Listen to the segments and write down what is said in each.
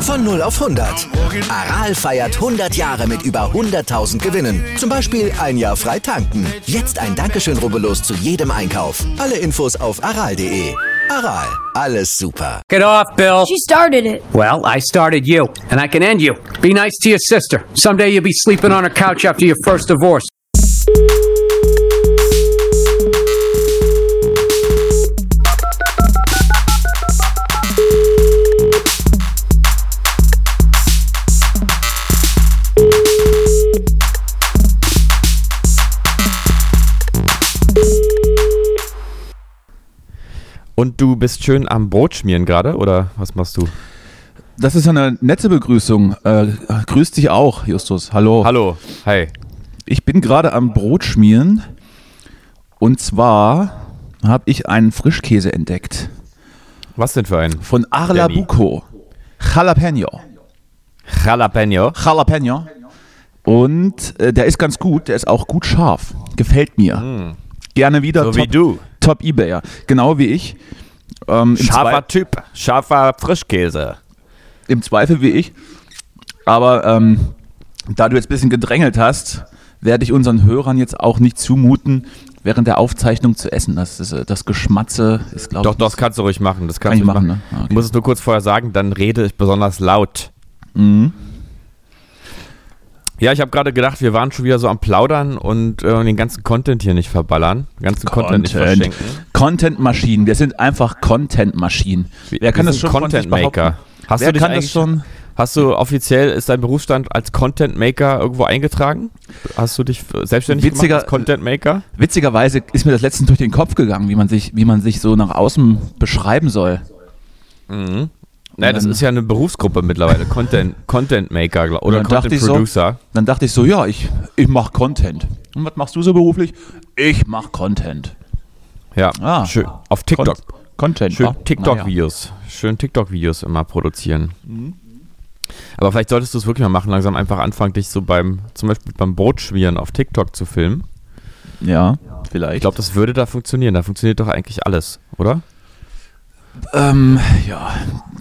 Von 0 auf 100. Aral feiert 100 Jahre mit über 100.000 Gewinnen. Zum Beispiel ein Jahr frei tanken. Jetzt ein Dankeschön, rubbellos zu jedem Einkauf. Alle Infos auf aral.de. Aral, alles super. Get off, Bill. She started it. Well, I started you, and I can end you. Be nice to your sister. Someday you'll be sleeping on her couch after your first divorce. Und du bist schön am Brot schmieren gerade, oder was machst du? Das ist ja eine nette Begrüßung. Äh, grüß dich auch, Justus. Hallo. Hallo, hi. Ich bin gerade am Brot schmieren. Und zwar habe ich einen Frischkäse entdeckt. Was denn für ein? Von Arlabuco. Jalapeno. Jalapeno. Jalapeno. Und äh, der ist ganz gut. Der ist auch gut scharf. Gefällt mir. Gerne wieder. Hm. So wie du. Top Ebayer. Genau wie ich. Ähm, im Zwei- Scharfer Typ. Scharfer Frischkäse. im Zweifel wie ich. Aber ähm, da du jetzt ein bisschen gedrängelt hast, werde ich unseren Hörern jetzt auch nicht zumuten, während der Aufzeichnung zu essen. Das, ist, äh, das Geschmatze ist, glaube Doch, ich. das kannst du ruhig machen. Das Kann kannst ich du ruhig machen, ne? Ah, okay. Muss es nur kurz vorher sagen, dann rede ich besonders laut. Mhm. Ja, ich habe gerade gedacht, wir waren schon wieder so am Plaudern und äh, den ganzen Content hier nicht verballern. Den ganzen Content, nicht verschenken. Content-Maschinen. Wir sind einfach Content-Maschinen. Wir- Wer kann wir das sind schon Content von sich Maker. behaupten? Hast Wer du dich kann das eigentlich- schon? Hast du offiziell, ist dein Berufsstand als Content Maker irgendwo eingetragen? Hast du dich äh, selbstständig Witziger- gemacht als Content Maker? Witzigerweise ist mir das letztens durch den Kopf gegangen, wie man sich, wie man sich so nach außen beschreiben soll. Naja, das dann- ist ja eine Berufsgruppe mittlerweile. Content, Content Maker glaub, oder Und dann dachte Content ich so- Producer. Dann dachte ich so, ja, ich, ich mache Content. Und was machst du so beruflich? Ich mache Content. Ja, Ah. schön. Auf TikTok. Kon Content. Schön ah, naja. Mhm. TikTok-Videos. Schön TikTok-Videos immer produzieren. Aber vielleicht solltest du es wirklich mal machen, langsam einfach anfangen, dich so beim, zum Beispiel beim Brotschmieren auf TikTok zu filmen. Ja, Ich vielleicht. glaube, das würde da funktionieren. Da funktioniert doch eigentlich alles, oder? ähm, ja,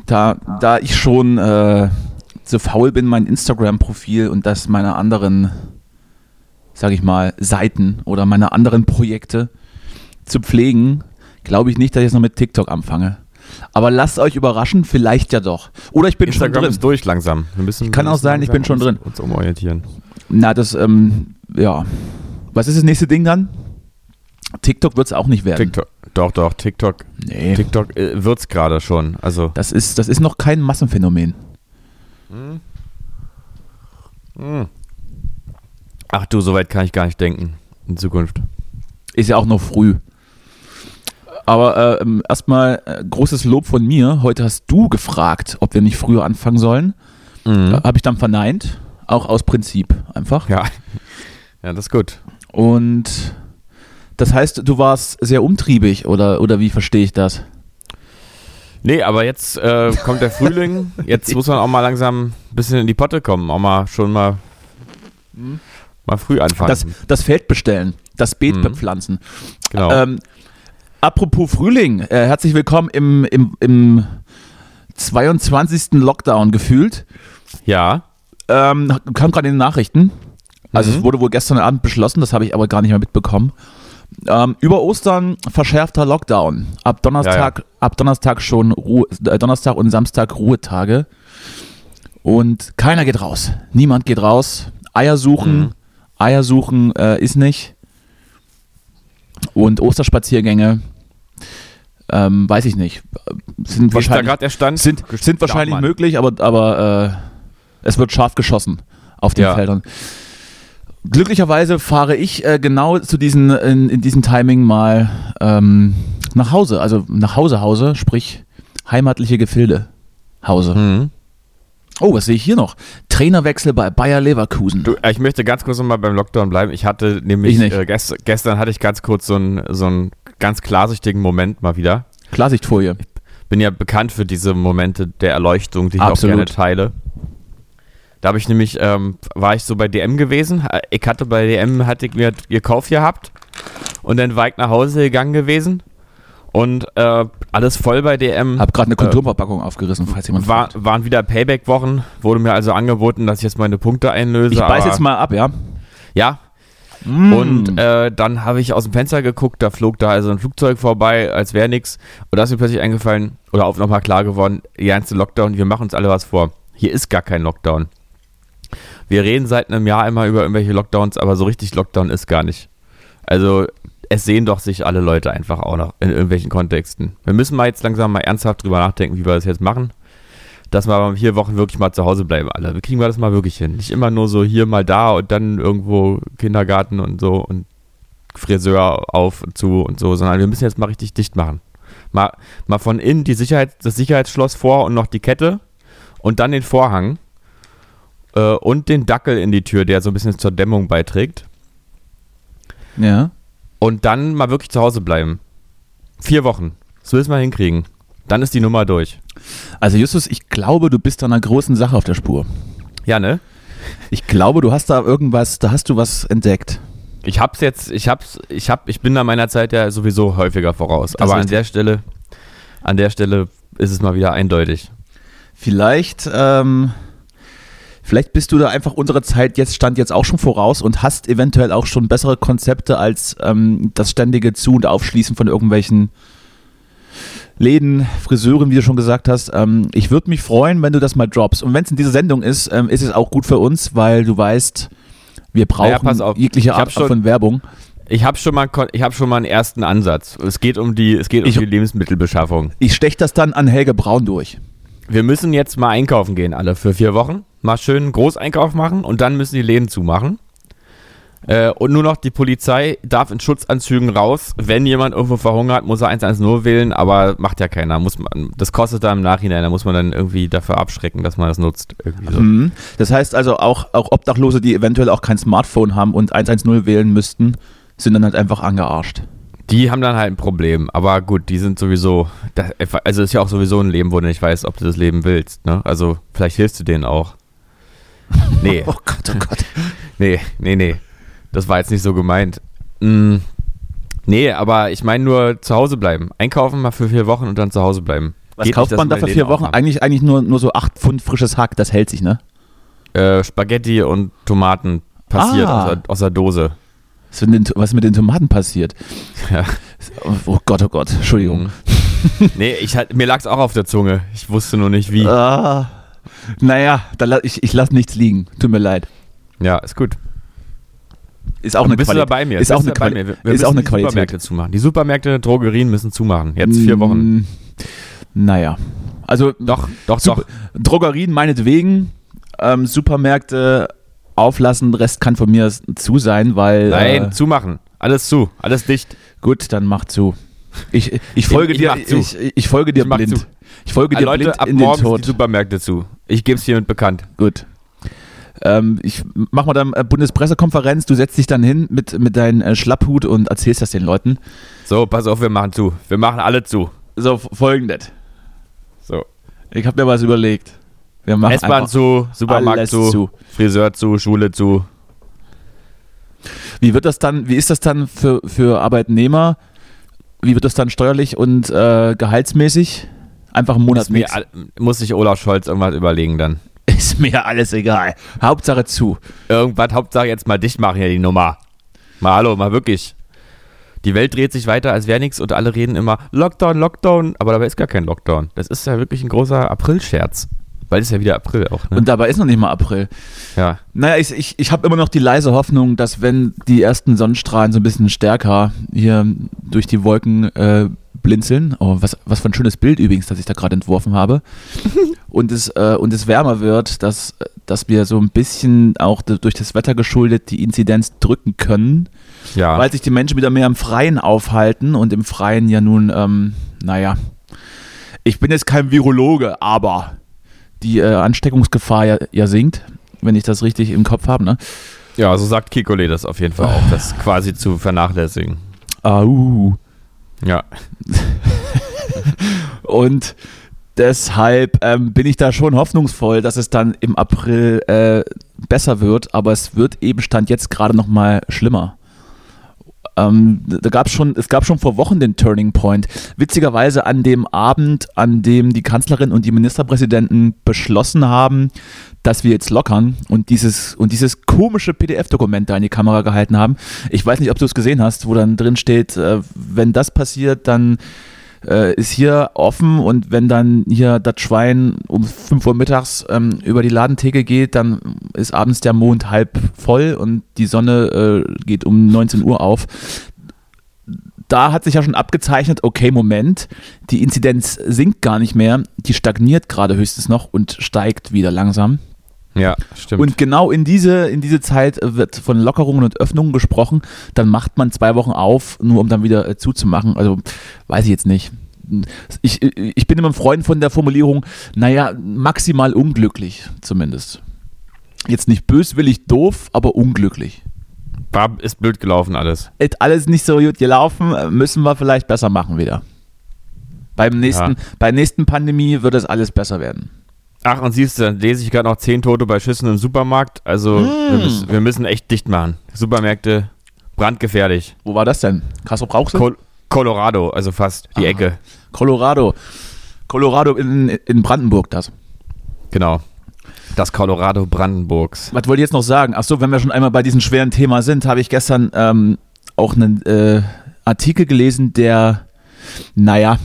da, da ich schon äh, so faul bin, mein Instagram-Profil und das meiner anderen, sag ich mal, Seiten oder meiner anderen Projekte zu pflegen, glaube ich nicht, dass ich jetzt noch mit TikTok anfange. Aber lasst euch überraschen, vielleicht ja doch. Oder ich bin Instagram schon ist drin. durch langsam. Wir müssen, Kann wir auch müssen sein, ich bin langsam schon uns, Uns umorientieren. Na, das, ähm, ja. Was ist das nächste Ding dann? TikTok wird es auch nicht werden. TikTok. Doch, doch, TikTok. Nee. TikTok äh, wird's gerade schon. Also, Das ist, das ist noch kein Massenphänomen. ach du, soweit kann ich gar nicht denken. In Zukunft. Ist ja auch noch früh. Aber äh, ähm, erstmal äh, großes Lob von mir. Heute hast du gefragt, ob wir nicht früher anfangen sollen. Äh, Habe ich dann verneint. Auch aus Prinzip einfach. Mhm. Ja. Ja, das ist gut. Und das heißt, du warst sehr umtriebig oder, oder wie verstehe ich das? Nee, aber jetzt äh, kommt der Frühling. Jetzt muss man auch mal langsam ein bisschen in die Potte kommen. Auch mal schon mal, Hm. mal früh anfangen. Das, das Feld bestellen, das Beet Mhm. bepflanzen. genau. Ähm, apropos Frühling, äh, herzlich willkommen im, im, im 22. Lockdown gefühlt. ja. Ähm, kam gerade in den Nachrichten. Also es wurde wohl gestern Abend beschlossen, das habe ich aber gar nicht mehr mitbekommen. Ähm, über Ostern verschärfter Lockdown. Ab Donnerstag, ab Donnerstag schon Ruhe, äh, Donnerstag und Samstag Ruhetage. Und keiner geht raus. Niemand geht raus. Eier suchen, Eier suchen äh, ist nicht. Und Osterspaziergänge, ähm, weiß ich nicht. Sind Wie ist da wahrscheinlich gerade der Stand? sind, sind wahrscheinlich Darf man. möglich, aber, aber äh, es wird scharf geschossen auf den Ja. Feldern. Glücklicherweise fahre ich äh, genau zu diesen, in, in diesem Timing mal ähm, nach Hause, also nach Hause, Hause, sprich heimatliche Gefilde. Hause. Mhm. Oh, was sehe ich hier noch? Trainerwechsel bei Bayer Leverkusen. Du, äh, ich möchte ganz kurz nochmal beim Lockdown bleiben. Ich hatte nämlich Ich nicht. äh, gest, gestern hatte ich ganz kurz so einen so einen ganz klarsichtigen Moment mal wieder. Klarsichtfolie. Bin ja bekannt für diese Momente der Erleuchtung, die ich Absolut. auch gerne teile. Da habe ich nämlich, ähm, war ich so bei DM gewesen. Äh, Ich hatte bei DM hatte ich mir ihr Kauf gehabt und dann weit nach Hause gegangen gewesen und äh, alles voll bei DM. Hab gerade eine Konturverpackung aufgerissen, falls jemand War, fragt. waren wieder Payback-Wochen, wurde mir also angeboten, dass ich jetzt meine Punkte einlöse. Ich beiß aber- jetzt mal ab, ja? Ja. Und äh, dann habe ich aus dem Fenster geguckt, da flog da also ein Flugzeug vorbei, als wäre nix. Und da ist mir plötzlich eingefallen, oder auch nochmal klar geworden, die ganze Lockdown, wir machen uns alle was vor. Hier ist gar kein Lockdown. Wir reden seit einem Jahr immer über irgendwelche Lockdowns, aber so richtig Lockdown ist gar nicht. Also es sehen doch sich alle Leute einfach auch noch in irgendwelchen Kontexten. Wir müssen mal jetzt langsam mal ernsthaft drüber nachdenken, wie wir das jetzt machen. Dass wir aber vier Wochen wirklich mal zu Hause bleiben, alle. Wie kriegen wir das mal wirklich hin? Nicht immer nur so hier mal da und dann irgendwo Kindergarten und so und Friseur auf und zu und so, sondern wir müssen jetzt mal richtig dicht machen. Mal, mal von innen die Sicherheit, das Sicherheitsschloss vor und noch die Kette und dann den Vorhang äh, und den Dackel in die Tür, der so ein bisschen zur Dämmung beiträgt Ja. und dann mal wirklich zu Hause bleiben. Vier Wochen. Das willst du mal hinkriegen. Dann ist die Nummer durch. Also Justus, ich glaube, du bist da einer großen Sache auf der Spur. Ja, ne? Ich glaube, du hast da irgendwas, da hast du was entdeckt. Ich hab's jetzt, ich hab's, ich hab, ich bin da meiner Zeit ja sowieso häufiger voraus. Das ist Aber an richtig. der Stelle, an der Stelle ist es mal wieder eindeutig. Vielleicht, ähm, vielleicht bist du da einfach unserer Zeit jetzt stand jetzt auch schon voraus und hast eventuell auch schon bessere Konzepte als ähm, das ständige Zu- und Aufschließen von irgendwelchen Läden, Friseuren, wie du schon gesagt hast. Ähm, ich würde mich freuen, wenn du das mal droppst. Und wenn es in dieser Sendung ist, ähm, ist es auch gut für uns, weil du weißt, wir brauchen Naja, pass auf. jegliche Ich hab Art schon- von Werbung. Ich habe schon mal, kon- ich habe schon mal einen ersten Ansatz. Es geht um die, es geht um Ich- die Lebensmittelbeschaffung. Ich steche das dann an Helge Braun durch. Wir müssen jetzt mal einkaufen gehen, alle für vier Wochen. Mal schön einen Großeinkauf machen und dann müssen die Läden zumachen. Äh, und nur noch die Polizei darf in Schutzanzügen raus. Wenn jemand irgendwo verhungert, muss er 110 wählen, aber macht ja keiner. Muss man, das kostet da im Nachhinein. Da muss man dann irgendwie dafür abschrecken, dass man das nutzt. Irgendwie so. Mhm. Das heißt also auch, auch Obdachlose, die eventuell auch kein Smartphone haben und 110 wählen müssten, sind dann halt einfach angearscht. Die haben dann halt ein Problem. Aber gut, die sind sowieso. Das, also ist ja auch sowieso ein Leben, wo du nicht weißt, ob du das Leben willst. Ne? Also vielleicht hilfst du denen auch. Nee. Gott, oh Gott. Nee, nee, nee. Das war jetzt nicht so gemeint. Mm, nee, aber ich meine nur zu Hause bleiben. Einkaufen mal für vier Wochen und dann zu Hause bleiben. Was Geht kauft nicht, man da dass für meine vier Läden Wochen? aufhaben. Eigentlich, eigentlich nur, nur so 8 Pfund frisches Hack, das hält sich, ne? Äh, Spaghetti und Tomaten passiert Ah. aus, der, aus der Dose. Was mit den, was mit den Tomaten passiert? Ja. Oh Gott, oh Gott, Entschuldigung. Mhm. Nee, ich, halt- mir lag's auch auf der Zunge. Ich wusste nur nicht wie. Ah, naja, da la ich, ich lasse nichts liegen. Tut mir leid. Ja, ist gut. Ist auch eine Bist du da Qualität. bei mir? Ist auch Bist eine, du da bei Quali mir? Wir, wir ist müssen auch eine die Qualität. Supermärkte zumachen. Die Supermärkte, Drogerien müssen zumachen. Jetzt vier Wochen. Mm, Naja. Also Doch, doch, Super doch. Drogerien meinetwegen, ähm, Supermärkte auflassen, Rest kann von mir zu sein, weil Nein, äh, zumachen. Alles zu. Alles dicht. gut, dann mach zu. Ich, ich folge ich dir, mach zu. ich, ich folge dir Ich mach blind. zu. Äh, Ich folge dir blind Ah, Leute, ab in den morgen sind die Tod. Supermärkte zu. Ich geb's hiermit bekannt. Gut. Ähm, ich mach mal dann äh, Bundespressekonferenz, du setzt dich dann hin mit, mit deinem äh, Schlapphut und erzählst das den Leuten. So, pass auf, wir machen zu. Wir machen alle zu. So, folgendes. So. Ich habe mir was überlegt. Wir machen S-Bahn einfach, zu, Supermarkt alles zu, zu. Friseur zu, Schule zu. Wie wird das dann, wie ist das dann für, für Arbeitnehmer? Wie wird das dann steuerlich und äh, gehaltsmäßig? Einfach einen Monat Ist mir nix. all, muss sich Olaf Scholz irgendwas überlegen dann. ist mir alles egal. Hauptsache zu. Irgendwas, Hauptsache jetzt mal dicht machen hier die Nummer. Mal hallo, mal wirklich. Die Welt dreht sich weiter, als wäre nichts und alle reden immer Lockdown, Lockdown. Aber dabei ist gar kein Lockdown. Das ist ja wirklich ein großer April-Scherz. Weil es ist ja wieder April auch. Ne? Und dabei ist noch nicht mal April. ja. Naja, ich, ich, ich habe immer noch die leise Hoffnung, dass wenn die ersten Sonnenstrahlen so ein bisschen stärker hier durch die Wolken äh, blinzeln, oh, was, was für ein schönes Bild übrigens, das ich da gerade entworfen habe, und es, äh, und es wärmer wird, dass, dass wir so ein bisschen auch d- durch das Wetter geschuldet die Inzidenz drücken können, ja. weil sich die Menschen wieder mehr im Freien aufhalten und im Freien ja nun, ähm, naja, ich bin jetzt kein Virologe, aber die äh, Ansteckungsgefahr ja, ja sinkt, wenn ich das richtig im Kopf habe, ne? ja, so sagt Kikole das auf jeden Fall auch. Das ist quasi zu vernachlässigen. Au. Ja. Und deshalb ähm, bin ich da schon hoffnungsvoll, dass es dann im April äh, besser wird, aber es wird eben Stand jetzt gerade nochmal schlimmer. Ähm, da gab's schon, es gab schon vor Wochen den Turning Point. Witzigerweise an dem Abend, an dem die Kanzlerin und die Ministerpräsidenten beschlossen haben, dass wir jetzt lockern und dieses, und dieses komische PDF-Dokument da in die Kamera gehalten haben. Ich weiß nicht, ob du es gesehen hast, wo dann drin steht, äh, wenn das passiert, dann äh, ist hier offen und wenn dann hier das Schwein um 5 Uhr mittags ähm, über die Ladentheke geht, dann ist abends der Mond halb voll und die Sonne äh, geht um 19 Uhr auf. Da hat sich ja schon abgezeichnet, okay, Moment, die Inzidenz sinkt gar nicht mehr, die stagniert gerade höchstens noch und steigt wieder langsam. Ja, stimmt. Und genau in diese, in diese Zeit wird von Lockerungen und Öffnungen gesprochen. Dann macht man zwei Wochen auf, nur um dann wieder äh, zuzumachen. Also weiß ich jetzt nicht. Ich, ich bin immer ein Freund von der Formulierung, naja, maximal unglücklich zumindest. Jetzt nicht böswillig doof, aber unglücklich. War, ist blöd gelaufen alles. Ist alles nicht so gut gelaufen, müssen wir vielleicht besser machen wieder. Beim nächsten, Ja. Bei nächsten Pandemie wird es alles besser werden. Ach, und siehst du, dann lese ich gerade noch 10 Tote bei Schüssen im Supermarkt. Also, Hm. wir, müssen, wir müssen echt dicht machen. Supermärkte, brandgefährlich. Wo war das denn? Castro Brauchse? Col Colorado, also fast Ah. die Ecke. Colorado. Colorado in, in Brandenburg, das. Genau. Das Colorado Brandenburgs. Was wollte ich jetzt noch sagen? Achso, wenn wir schon einmal bei diesem schweren Thema sind, habe ich gestern ähm, auch einen äh, Artikel gelesen, der, naja,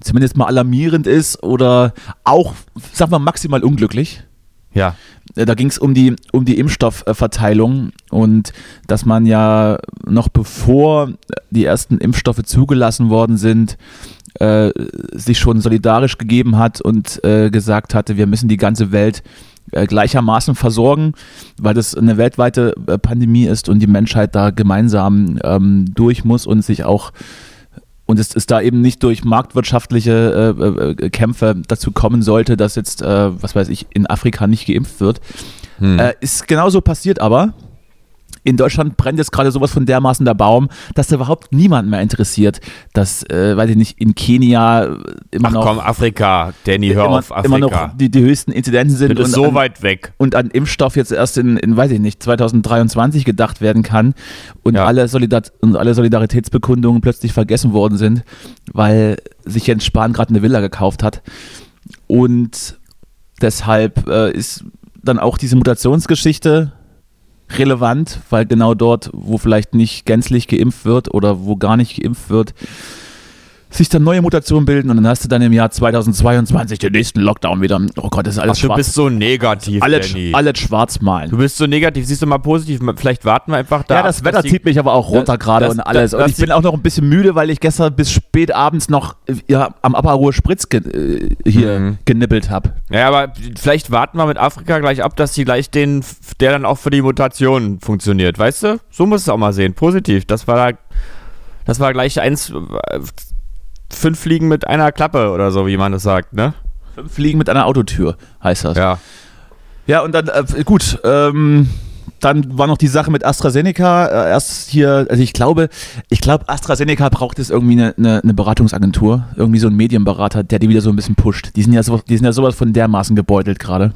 zumindest mal alarmierend ist oder auch, sag mal, maximal unglücklich. Ja. Äh, Da ging es um die, um die Impfstoffverteilung und dass man ja noch bevor die ersten Impfstoffe zugelassen worden sind, äh, sich schon solidarisch gegeben hat und äh, gesagt hatte, wir müssen die ganze Welt äh, gleichermaßen versorgen, weil das eine weltweite äh, Pandemie ist und die Menschheit da gemeinsam ähm, durch muss und sich auch und es ist da eben nicht durch marktwirtschaftliche äh, äh, Kämpfe dazu kommen sollte, dass jetzt, äh, was weiß ich, in Afrika nicht geimpft wird. Hm. Äh, ist genauso passiert aber. In Deutschland brennt jetzt gerade sowas von dermaßen der Baum, dass da überhaupt niemand mehr interessiert, dass, äh, weiß ich nicht, in Kenia immer Ach noch, komm, Afrika. Danny, hör immer, auf, Afrika. immer noch die, die höchsten Inzidenzen sind. das ist so an- weit weg. und an Impfstoff jetzt erst in, in weiß ich nicht, 2023 gedacht werden kann und, Ja. alle Solidar und alle Solidaritätsbekundungen plötzlich vergessen worden sind, weil sich Jens Spahn gerade eine Villa gekauft hat. Und deshalb äh, ist dann auch diese Mutationsgeschichte relevant, weil genau dort, wo vielleicht nicht gänzlich geimpft wird oder wo gar nicht geimpft wird, sich dann neue Mutationen bilden und dann hast du dann im Jahr 2022 den nächsten Lockdown wieder. Oh Gott, das ist alles Ach, du schwarz. bist so negativ, Alles, Danny. alles schwarz malen. Du bist so negativ. Siehst du mal positiv. Vielleicht warten wir einfach da. Ja, das ab, Wetter dass die- zieht mich aber auch runter das- gerade das- und alles. das- Und das ich bin zieht- auch noch ein bisschen müde, weil ich gestern bis spät abends noch äh, ja, am Aperol Spritz ge äh, hier Mhm. genippelt habe. Ja, aber vielleicht warten wir mit Afrika gleich ab, dass die gleich den, der dann auch für die Mutationen funktioniert, weißt du? So muss es auch mal sehen. Positiv. Das war da, das war gleich eins, äh, fünf Fliegen mit einer Klappe oder so, wie man das sagt, ne? Fliegen mit einer Autotür, heißt das. Ja. Ja, und dann, äh, gut, ähm, dann war noch die Sache mit AstraZeneca. Äh, erst hier, also ich glaube, ich glaube, AstraZeneca braucht jetzt irgendwie eine, eine, eine Beratungsagentur, irgendwie so einen Medienberater, der die wieder so ein bisschen pusht. Die sind ja, so, die sind ja sowas von dermaßen gebeutelt gerade.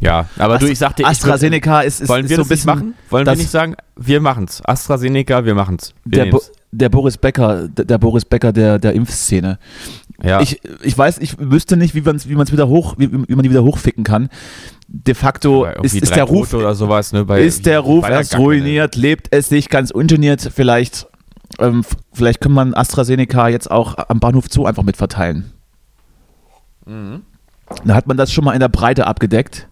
Ja. Aber du, ich sagte, AstraZeneca ist, ich, ist, wollen ist wir so das ein bisschen nicht machen? Wollen wir das- nicht sagen, wir machen's. AstraZeneca, wir machen's. Wir der, Bo nehmen's. der Boris Becker, der, der Boris Becker der, der Impfszene. ja. Ich, ich weiß, ich wüsste nicht, wie man es wie man's wieder hoch, wie, wie man die wieder hochficken kann. De facto Bei irgendwie ist, ist drei der Ruf, Tote oder sowas, ne? Bei, ist der Ruf bei erst Gang, ne? ruiniert, lebt es sich ganz ungeniert. Vielleicht, ähm, f- vielleicht kann man AstraZeneca jetzt auch am Bahnhof Zoo einfach mit verteilen. Mhm. Da hat man das schon mal in der Breite abgedeckt.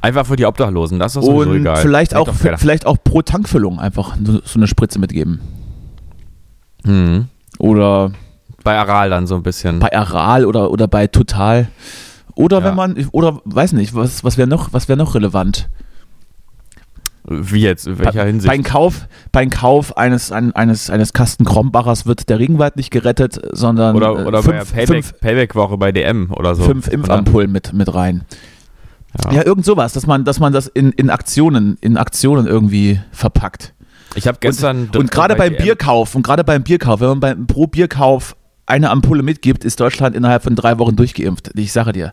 Einfach für die Obdachlosen, das ist doch sowieso Und egal. vielleicht Merkt auch, doch für, keiner. vielleicht auch pro Tankfüllung einfach so so eine Spritze mitgeben. Mhm. Oder Bei Aral dann so ein bisschen. bei Aral oder, oder bei Total. Oder Ja. wenn man, oder weiß nicht, was, was wäre noch, was wäre noch relevant? Wie jetzt? In welcher Bei- Hinsicht? Beim Kauf, beim Kauf eines, ein, eines, eines Kasten Krombachers wird der Regenwald nicht gerettet, sondern oder äh, oder fünf, bei der fünf, Payback- Payback-Woche bei DM oder so. Ne? fünf oder? Impfampullen mit, mit rein. Ja. Ja. irgend sowas, dass man, dass man das in, in Aktionen, in Aktionen irgendwie verpackt. Ich habe gestern. Und gerade beim DM Bierkauf, und gerade beim Bierkauf, wenn man beim pro Bierkauf eine Ampulle mitgibt, ist Deutschland innerhalb von drei Wochen durchgeimpft. Ich sage dir.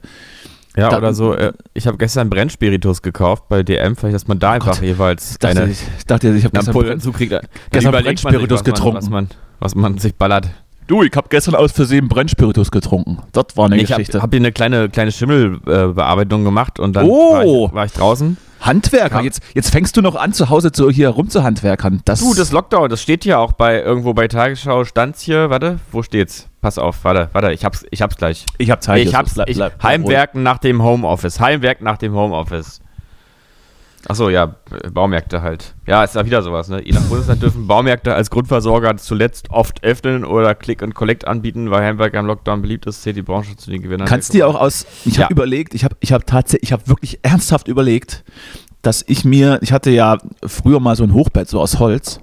Ja, Da- oder so, äh, ich habe gestern Brennspiritus gekauft bei DM, vielleicht, dass man da einfach Gott. jeweils Ich dachte, eine ich, ich dachte, ich habe einen gestern, Impuls dazu kriegt. Dann gestern überlegt man sich, Brennspiritus was man- Was getrunken. man, was man sich ballert. du, ich habe gestern aus Versehen Brennspiritus getrunken. Das war eine Ich habe Geschichte. hab hier eine kleine, kleine Schimmelbearbeitung äh, Bearbeitung gemacht und dann war, Oh. ich, war ich draußen. Handwerker, Ja. jetzt, jetzt fängst du noch an, zu Hause zu, hier rumzuhandwerkern. Das, Du, das Lockdown, das steht hier auch bei irgendwo bei Tagesschau, stand's hier, warte, wo steht's? Pass auf, warte, warte, ich hab's, ich hab's gleich. ich habe Zeit. ich jetzt. hab's, Bleib- ich, bleib- bleib Heimwerken nach dem Homeoffice, Heimwerk nach dem Homeoffice. Achso, ja, äh, Baumärkte halt. Ja, ist da wieder sowas, ne? Je nach Bundesland dürfen Baumärkte als Grundversorger zuletzt oft öffnen oder Click and Collect anbieten, weil Heimwerker im Lockdown beliebt ist, zählt die Branche zu den Gewinnern. Kannst du dir auch aus. Ich habe Ja. überlegt, ich habe ich hab tatsächlich, ich habe wirklich ernsthaft überlegt, dass ich mir, ich hatte ja früher mal so ein Hochbett, so aus Holz.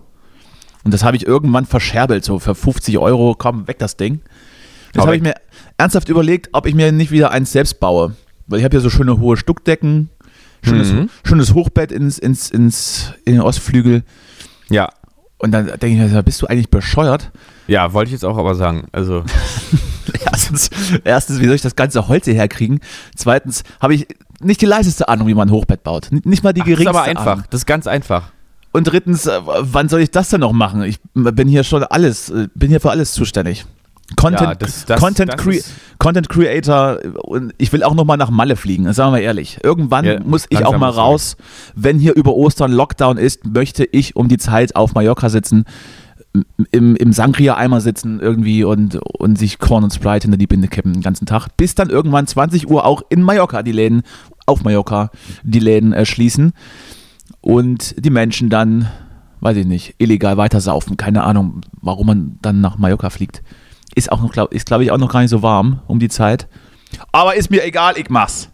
Und das habe ich irgendwann verscherbelt, so für 50 Euro, komm, weg das Ding. Jetzt Hau habe weg. ich mir ernsthaft überlegt, ob ich mir nicht wieder eins selbst baue. Weil ich habe ja so schöne hohe Stuckdecken, schönes, Mhm. schönes Hochbett ins, ins, ins, in den Ostflügel. Ja, Und dann denke ich mir, so, bist du eigentlich bescheuert? ja, wollte ich jetzt auch aber sagen. Also, Erstens, erstens, wie soll ich das ganze Holz hierher kriegen? Zweitens, habe ich nicht die leiseste Ahnung, wie man ein Hochbett baut. N- Nicht mal die das ist geringste aber einfach, Ahnung. das ist ganz einfach. Und drittens, äh, wann soll ich das denn noch machen? Ich bin hier schon alles, äh, bin hier für alles zuständig. Content, Ja, das- das- Content, das Crea- ist- Content Creator äh, und ich will auch noch mal nach Malle fliegen, sagen wir ehrlich. Irgendwann Ja, muss ich auch langsam mal musst du raus, wenn hier über Ostern Lockdown ist, möchte ich um die Zeit auf Mallorca sitzen, im, im Sangria-Eimer sitzen irgendwie und, und sich Korn und Sprite hinter die Binde kippen den ganzen Tag, bis dann irgendwann 20 Uhr auch in Mallorca die Läden, auf Mallorca die Läden äh, schließen und die Menschen dann, weiß ich nicht, illegal weitersaufen. Keine Ahnung, warum man dann nach Mallorca fliegt. Ist auch noch, glaub, ist glaube ich auch noch gar nicht so warm um die Zeit. Aber ist mir egal, ich mach's.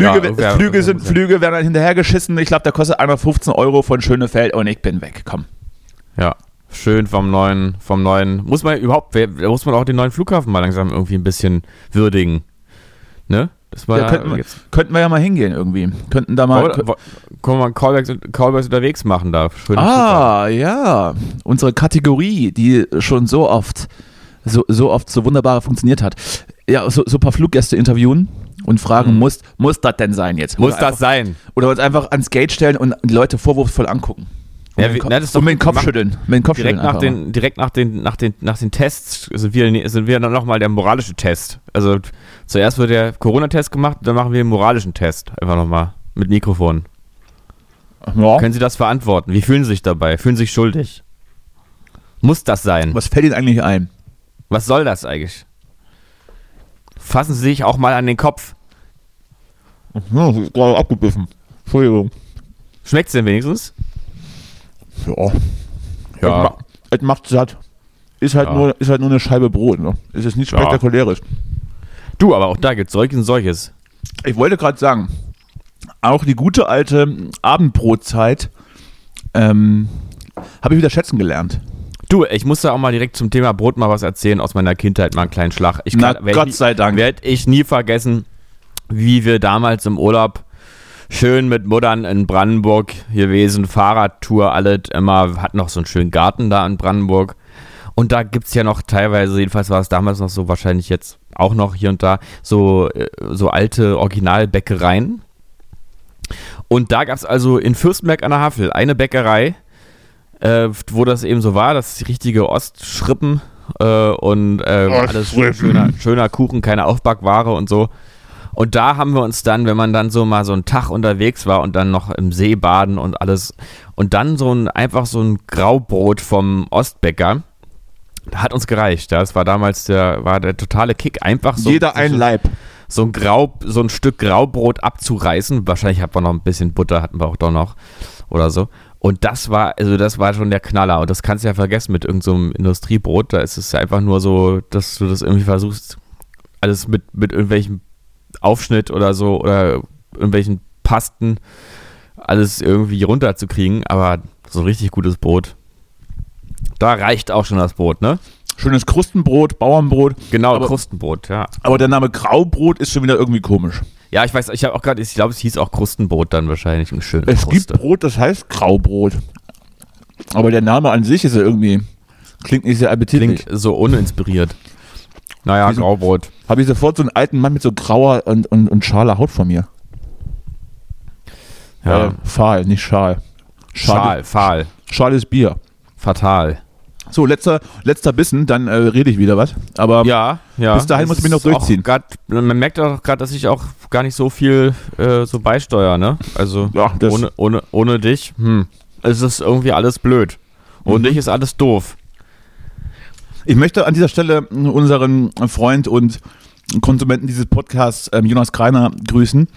Ja, Flüge, irgendwer- Flüge, sind, irgendwer- Flüge werden dann hinterhergeschissen. Ich glaube, da kostet einer 15 Euro von Schönefeld und ich bin weg. Komm. Ja, schön vom neuen, vom neuen. Muss man überhaupt, wer- da muss man auch den neuen Flughafen mal langsam irgendwie ein bisschen würdigen. Ne? Das war Ja, könnten, wir, jetzt- könnten wir ja mal hingehen irgendwie. Könnten da mal. Wollen wir- Können wir mal einen Callbacks, Callbacks unterwegs machen da? Schön ah, ja. Unsere Kategorie, die schon so oft, so, so oft so wunderbar funktioniert hat. Ja, so, so ein paar Fluggäste interviewen und fragen, muss, muss das denn sein jetzt? Mhm. Muss oder das einfach, sein? Oder uns einfach ans Gate stellen und die Leute vorwurfsvoll angucken. Und Ja, mit wir- dem Ko- na, das ist doch und mit dem gut, wir Kopf machen- schütteln. Mit dem Kopf Direkt schütteln nach, einfach mal. den, direkt nach den, nach den, nach den Tests sind wir, ne- sind wir dann nochmal der moralische Test. Also zuerst wird der Corona-Test gemacht, dann machen wir den moralischen Test. Einfach nochmal. Mit Mikrofon. ja. Können Sie das verantworten? Wie fühlen Sie sich dabei? Fühlen Sie sich schuldig? Muss das sein? Was fällt Ihnen eigentlich ein? Was soll das eigentlich? Fassen Sie sich auch mal an den Kopf. Ja, gerade abgebiffen. Entschuldigung. Schmeckt's denn wenigstens? Ja. Es macht satt. Ist halt, Ja. nur, ist halt nur eine Scheibe Brot. Ne? Es ist nichts Ja. Spektakuläres. Du, aber auch da gibt's solches und solches. Ich wollte gerade sagen, auch die gute alte Abendbrotzeit ähm, habe ich wieder schätzen gelernt. Du, ich muss da auch mal direkt zum Thema Brot mal was erzählen aus meiner Kindheit, mal einen kleinen Schlag. Ich Na, werd Gott nie- sei Dank. Werd ich nie vergessen, wie wir damals im Urlaub schön mit Muttern in Brandenburg gewesen, Fahrradtour, alles immer, hat noch so einen schönen Garten da in Brandenburg. Und da gibt es ja noch teilweise, jedenfalls war es damals noch so, wahrscheinlich jetzt auch noch hier und da, so, äh, so alte Originalbäckereien. Und da gab es also in Fürstenberg an der Havel eine Bäckerei, äh, wo das eben so war, das richtige Ostschrippen äh, und äh, alles schöner, schöner Kuchen, keine Aufbackware und so. Und da haben wir uns dann, wenn man dann so mal so einen Tag unterwegs war und dann noch im See baden und alles und dann so ein einfach so ein Graubrot vom Ostbäcker, hat uns gereicht. Ja. Das war damals der war der totale Kick, einfach so so, Leib. so ein Grau, so ein Stück Graubrot abzureißen. Wahrscheinlich hat man noch ein bisschen Butter, hatten wir auch doch noch oder so. Und das war, also das war schon der Knaller. Und das kannst du ja vergessen mit irgendeinem Industriebrot. Da ist es ja einfach nur so, dass du das irgendwie versuchst, alles mit, mit irgendwelchem Aufschnitt oder so oder irgendwelchen Pasten alles irgendwie runterzukriegen. Aber so ein richtig gutes Brot. Da reicht auch schon das Brot, ne? Schönes Krustenbrot, Bauernbrot. Genau, Aber- Krustenbrot, ja. Aber der Name Graubrot ist schon wieder irgendwie komisch. Ja, ich weiß, ich habe auch gerade, ich glaube, es hieß auch Krustenbrot dann wahrscheinlich. Ein schönes Es gibt Brot, das heißt Graubrot. Aber der Name an sich ist ja irgendwie, klingt nicht sehr appetitlich. Klingt so uninspiriert. Naja, Wieso- Graubrot. Habe ich sofort so einen alten Mann mit so grauer und, und, und schaler Haut vor mir. Ja. Äh, fahl, nicht schal. Schal, fahl, Schales Bier. fatal. So, letzter, letzter Bissen, dann äh, rede ich wieder was. Aber Ja, ja. Bis dahin Das muss ich mich noch ist auch durchziehen. grad, man merkt auch gerade, dass ich auch gar nicht so viel äh, so beisteuere, ne? Also Ja, das- ohne, ohne, ohne dich, hm, es ist irgendwie alles blöd. Mhm. Ohne dich ist alles doof. ich möchte an dieser Stelle äh, unseren Freund und Konsumenten dieses Podcasts, ähm, Jonas Kreiner, grüßen,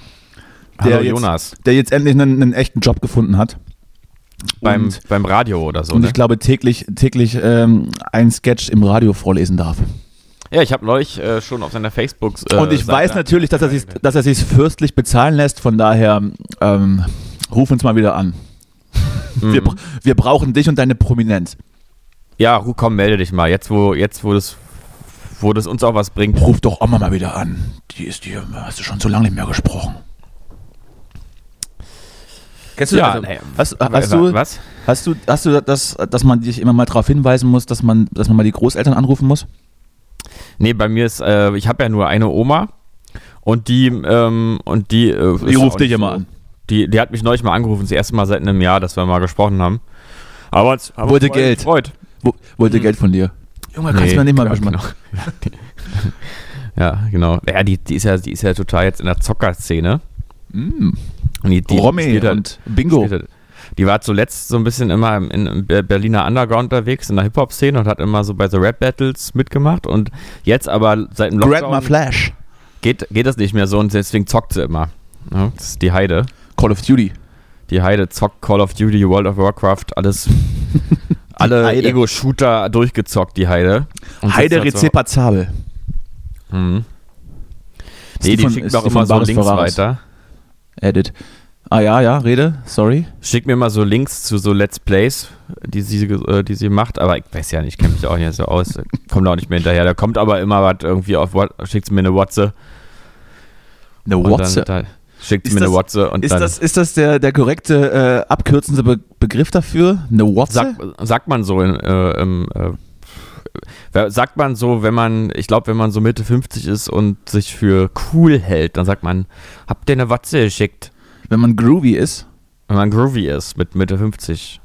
Der Hallo jetzt- Jonas, der jetzt endlich einen, einen echten Job gefunden hat. beim, und, beim Radio oder so. und ne? ich glaube, täglich, täglich ähm, einen Sketch im Radio vorlesen darf. ja, ich habe neulich äh, schon auf seiner Facebook. Äh, Und ich weiß Seite- natürlich, dass er, sich, dass er sich fürstlich bezahlen lässt. Von daher, ähm, ruf uns mal wieder an. Mhm. Wir, bra- wir brauchen dich und deine Prominenz. Ja, Ru, komm, melde dich mal. Jetzt, wo, jetzt, wo das, wo das uns auch was bringt. Ruf doch Oma mal wieder an. Die ist hier, hast du schon so lange nicht mehr gesprochen. Kennst du Ja, also, nee. hast, hast, du, was? hast du, hast du das, dass man dich immer mal darauf hinweisen muss, dass man, dass man mal die Großeltern anrufen muss? Nee, bei mir ist, äh, ich habe ja nur eine Oma und die, ähm, und die, äh, ist auch nicht so- Die, die hat mich neulich mal angerufen, das erste Mal seit einem Jahr, dass wir mal gesprochen haben. Aber es haben Wollte uns voll Geld. Gefreut. Wo, Hm. wollte Geld von dir. Junge, kannst du mir nicht mal klar, genau. Ja, genau. Ja, die, die, ist ja, die ist ja total jetzt in der Zockerszene. Und die, die Hm, Romy spielt halt- und Bingo. Später. Die war zuletzt so ein bisschen immer im, in, im Ber- Berliner Underground unterwegs, in der Hip-Hop-Szene und hat immer so bei The Rap Battles mitgemacht. Und jetzt aber seit dem Grab my Lockdown Flash. geht, geht das nicht mehr so und deswegen zockt sie immer. Ja, das ist die Heide. Call of Duty. Die Heide zockt Call of Duty, World of Warcraft, alles. alle Heide. Ego-Shooter durchgezockt, die Heide. Und Heide sitzt halt so- Rezepazabel. Mhm. Ist Nee, die von- schickt ist mir auch die immer von so Baris Links Ferraris. weiter. Edit. Ah ja, ja, rede, sorry. Schickt mir mal so Links zu so Let's Plays, die sie, äh, die sie macht, aber ich weiß ja nicht, ich kenne mich auch nicht so aus, kommt auch nicht mehr hinterher. Da kommt aber immer was irgendwie auf, What- schickt sie mir eine WhatsApp. Eine und Dann, da, schickt sie Ist mir eine das- WhatsApp und Ist dann das, ist das der, der korrekte, äh, abkürzende Be Begriff dafür? Eine WhatsApp? sagt, sagt man so, in, äh, im, äh, wer- sagt man so, wenn man, ich glaube, wenn man so Mitte 50 ist und sich für cool hält, dann sagt man, habt ihr eine WhatsApp geschickt, Wenn man groovy ist. wenn man groovy ist mit Mitte 50.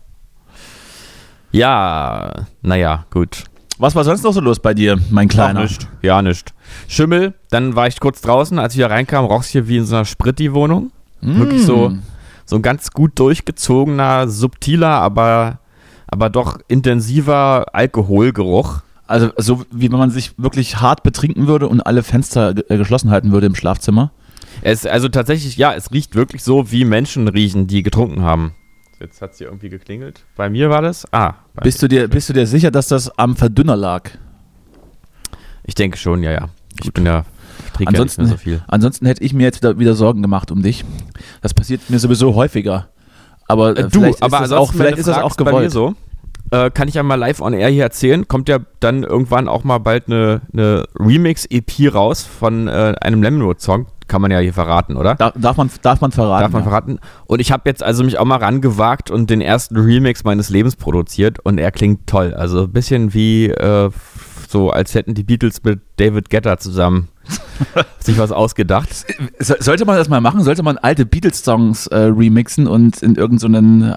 Ja, naja, gut. Was war sonst noch so los bei dir, mein Auch Kleiner? nicht. Ja, nicht. Schimmel, dann war ich kurz draußen, als ich wieder reinkam, roch es hier wie in so einer Spritti-Wohnung. Mm. Wirklich so, so ein ganz gut durchgezogener, subtiler, aber, aber doch intensiver Alkoholgeruch. Also, so wie wenn man sich wirklich hart betrinken würde und alle Fenster ge- äh, geschlossen halten würde im Schlafzimmer. Es, also tatsächlich, ja, es riecht wirklich so, wie Menschen riechen, die getrunken haben. Jetzt hat hier irgendwie geklingelt. Bei mir war das? Ah, bei Bist du, dir, bist du dir sicher, dass das am Verdünner lag? ich denke schon, ja, ja. Ich bin ja, ich trinke Ansonsten, ja nicht mehr so viel. ansonsten hätte ich mir jetzt wieder, wieder Sorgen gemacht um dich. Das passiert mir sowieso häufiger. Aber äh, Äh, vielleicht ist das ansonsten, auch, wenn vielleicht du ist das auch fragst, bei mir gewollt. so. Äh, kann ich ja mal live on air hier erzählen. Kommt ja dann irgendwann auch mal bald eine, eine Remix-EP raus von äh, einem Lemonwood-Song. Kann man ja hier verraten, oder? Darf, darf, man, darf man verraten? Darf man ja. verraten? Und ich habe jetzt also mich auch mal rangewagt und den ersten Remix meines Lebens produziert und er klingt toll. Also ein bisschen wie äh, so, als hätten die Beatles mit David Guetta zusammen sich was ausgedacht. So, sollte man das mal machen? Sollte man alte Beatles-Songs äh, remixen und in irgendeinen äh,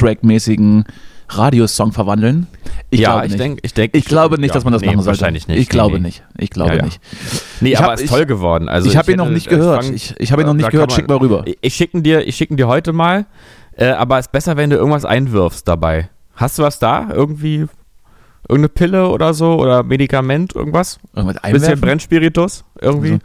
House-Track-mäßigen Radiosong verwandeln? Ich ja, glaube ich nicht. denke, ich denke. ich glaube nicht, dass man das nee, machen sollte. Wahrscheinlich nicht. Ich Nee, glaube nee. nicht. Ich glaube Ja, ja. nicht. Nee, Ich aber hab- es ist ich- toll geworden. Also ich habe ihn hätte- noch nicht ich gehört. fang- Ich, ich habe ihn noch da nicht kann gehört. man- Schick mal rüber. Ich, ich schicken dir, ich schicken dir heute mal. Äh, aber ist besser, wenn du irgendwas einwirfst dabei. Hast du was da? Irgendwie irgendeine Pille oder so oder Medikament, irgendwas? Irgendwas Bisschen einwerfen? Brennspiritus irgendwie.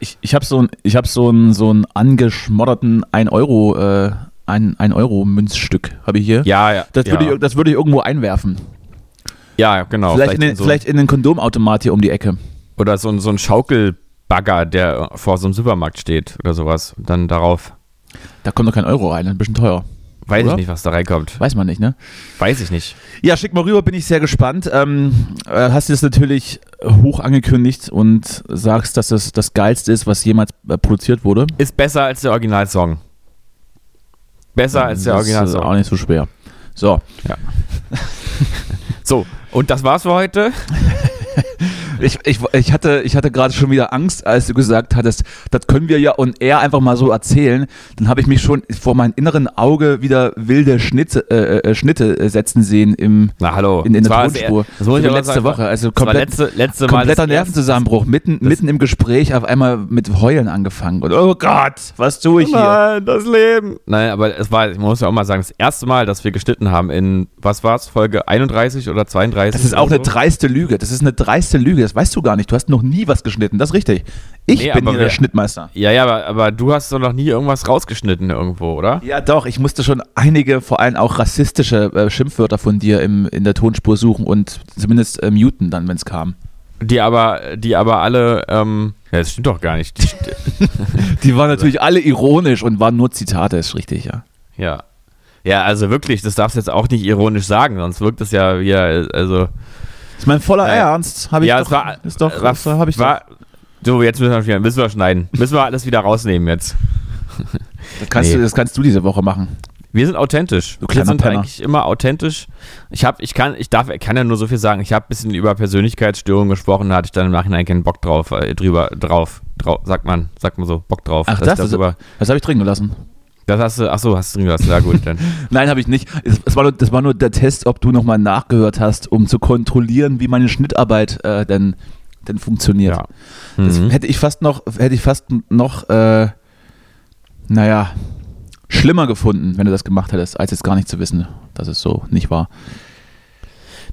Ich, ich habe so ein, ich habe so ein, so ein angeschmodderten 1 Euro, äh, ein, ein Euro Münzstück habe ich hier. Ja, ja. Das ja. würde, ich, das würde ich irgendwo einwerfen. ja, genau. vielleicht, in den, so, vielleicht in den Kondomautomat hier um die Ecke. Oder so, ein- so ein Schaukelbagger, der vor so einem Supermarkt steht oder sowas. Und dann darauf. Da kommt doch kein Euro rein, ein bisschen teuer. Weiß Oder? ich nicht, was da reinkommt. Weiß man nicht, ne? Weiß ich nicht. Ja, schick mal rüber, bin ich sehr gespannt. Ähm, äh, hast du das natürlich hoch angekündigt und sagst, dass das das Geilste ist, was jemals äh, produziert wurde. Ist besser als der Originalsong. Besser als der das äh, ist Originalsong. auch nicht so schwer. So, So, und das war's für heute. Ich, ich, ich hatte, ich hatte gerade schon wieder Angst, als du gesagt hattest, das können wir ja und er einfach mal so erzählen. Dann habe ich mich schon vor meinem inneren Auge wieder wilde Schnitte, äh, äh, Schnitte setzen sehen im, Na hallo. in, in Das der war das Tonspur. er- das muss So ich wie aber letzte sagen. Woche. Also Das war komplett, letzte- letzte Mal kompletter das erste- Nervenzusammenbruch. Mitten, mitten im Gespräch auf einmal mit Heulen angefangen. Und, oh Gott, was tue ich hier? Nein, das Leben. Nein, aber es war, ich muss ja auch mal sagen, das erste Mal, dass wir geschnitten haben in, was war's, Folge 31 oder 32? Das ist auch oder eine so. dreiste Lüge. Das ist eine dreiste Lüge. Das weißt du gar nicht. Du hast noch nie was geschnitten. Das ist richtig. Ich Nee, bin aber hier der wir- Schnittmeister. Ja, ja, aber, aber du hast doch noch nie irgendwas rausgeschnitten irgendwo, oder? Ja, doch. Ich musste schon einige, vor allem auch rassistische äh, Schimpfwörter von dir im, in der Tonspur suchen und zumindest äh, muten dann, wenn es kam. Die aber, die aber alle, ähm, ja, das stimmt doch gar nicht. Die, Die waren natürlich alle ironisch und waren nur Zitate, ist richtig, ja. ja. Ja, also wirklich, das darfst du jetzt auch nicht ironisch sagen, sonst wirkt das ja wie, also. Ist mein voller Ja. Ernst. Habe ich ja, doch, es war, ist doch, war, ist doch- hab ich war, so, jetzt müssen wir, wieder- müssen wir schneiden. Müssen wir alles wieder rausnehmen jetzt. doch. Das kannst, nee. du, das kannst du diese Woche machen. Wir sind authentisch. Wir kleiner sind Penner. eigentlich immer authentisch. Ich habe, ich kann, ich darf, ich kann ja nur so viel sagen. Ich habe ein bisschen über Persönlichkeitsstörungen gesprochen, da hatte ich dann im Nachhinein keinen Bock drauf, äh, drüber, drauf, drauf, sagt man, sagt man so, Bock drauf. Ach, dass ich das, das, darüber, das habe ich drin gelassen. das hast du, ach so, hast du drin gelassen. Ja gut, dann. Nein, habe ich nicht. Es, es war nur, das war nur der Test, ob du nochmal nachgehört hast, um zu kontrollieren, wie meine Schnittarbeit äh, denn, denn funktioniert. ja. Das Mhm. hätte ich fast noch, hätte ich fast noch, äh, naja, schlimmer gefunden, wenn du das gemacht hättest, als jetzt gar nicht zu wissen, dass es so nicht war.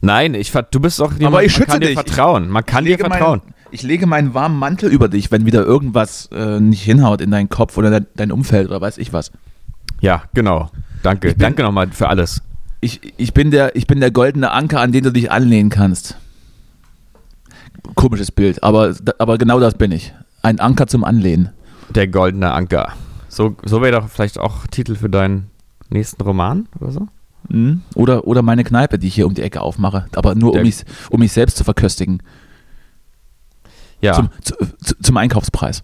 Nein, ich, ver- du bist doch jemand, ich schütze man kann dich. dir vertrauen. Man kann dir vertrauen. Meinen, ich lege meinen warmen Mantel über dich, wenn wieder irgendwas äh, nicht hinhaut in deinen Kopf oder dein, dein Umfeld oder weiß ich was. Ja, genau. Danke. bin- Danke nochmal für alles. Ich, ich, bin der, ich bin der goldene Anker, an den du dich anlehnen kannst. Komisches Bild, aber, aber genau das bin ich. Ein Anker zum Anlehnen. Der goldene Anker. So, so wäre doch vielleicht auch Titel für deinen nächsten Roman oder so. Hm? Oder, oder meine Kneipe, die ich hier um die Ecke aufmache, aber nur um Der- mich, um mich selbst zu verköstigen. Ja. Zum, zu, zu, zum Einkaufspreis.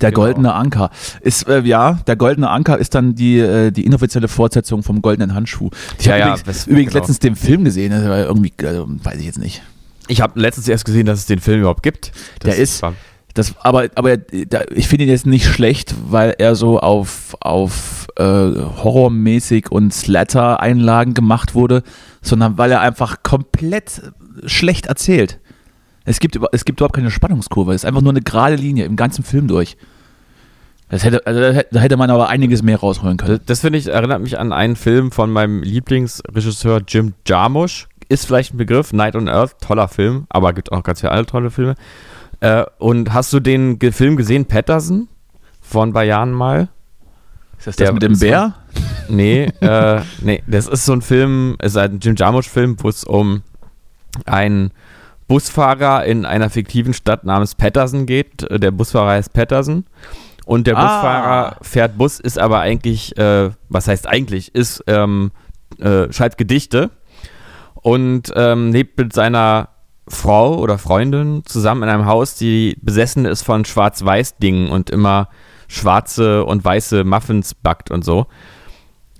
Der Genau. goldene Anker ist äh, ja, der goldene Anker ist dann die, äh, die inoffizielle Fortsetzung vom goldenen Handschuh. Ich Ja, habe ja, übrigens, das- übrigens genau. letztens den Film gesehen, das war irgendwie äh, weiß ich jetzt nicht. Ich habe letztens erst gesehen, dass es den Film überhaupt gibt. Das Der ist- war- Das, aber aber äh, da, ich finde ihn jetzt nicht schlecht, weil er so auf, auf äh, horrormäßig und Slatter-Einlagen gemacht wurde, sondern weil er einfach komplett schlecht erzählt. Es gibt, über- es gibt überhaupt keine Spannungskurve, es ist einfach nur eine gerade Linie im ganzen Film durch. Das hätte, also da hätte- da hätte man aber einiges mehr rausholen können. Das finde ich, erinnert mich an einen Film von meinem Lieblingsregisseur Jim Jarmusch. Ist vielleicht ein Begriff, Night on Earth, toller Film, aber gibt auch ganz viele andere tolle Filme. Äh, und hast du den Ge- Film gesehen, Patterson? Von Bayern mal? Ist das der- das mit dem das war- Bär? Nee, äh, nee, das ist so ein Film, ist ein Jim Jarmusch-Film, wo es um einen Busfahrer in einer fiktiven Stadt namens Patterson geht. Äh, Der Busfahrer heißt Patterson. Und der Ah. Busfahrer fährt Bus, ist aber eigentlich, äh, was heißt eigentlich, ist, ähm, äh, schreibt Gedichte und ähm, lebt mit seiner Frau oder Freundin zusammen in einem Haus, die besessen ist von Schwarz-Weiß-Dingen und immer schwarze und weiße Muffins backt und so.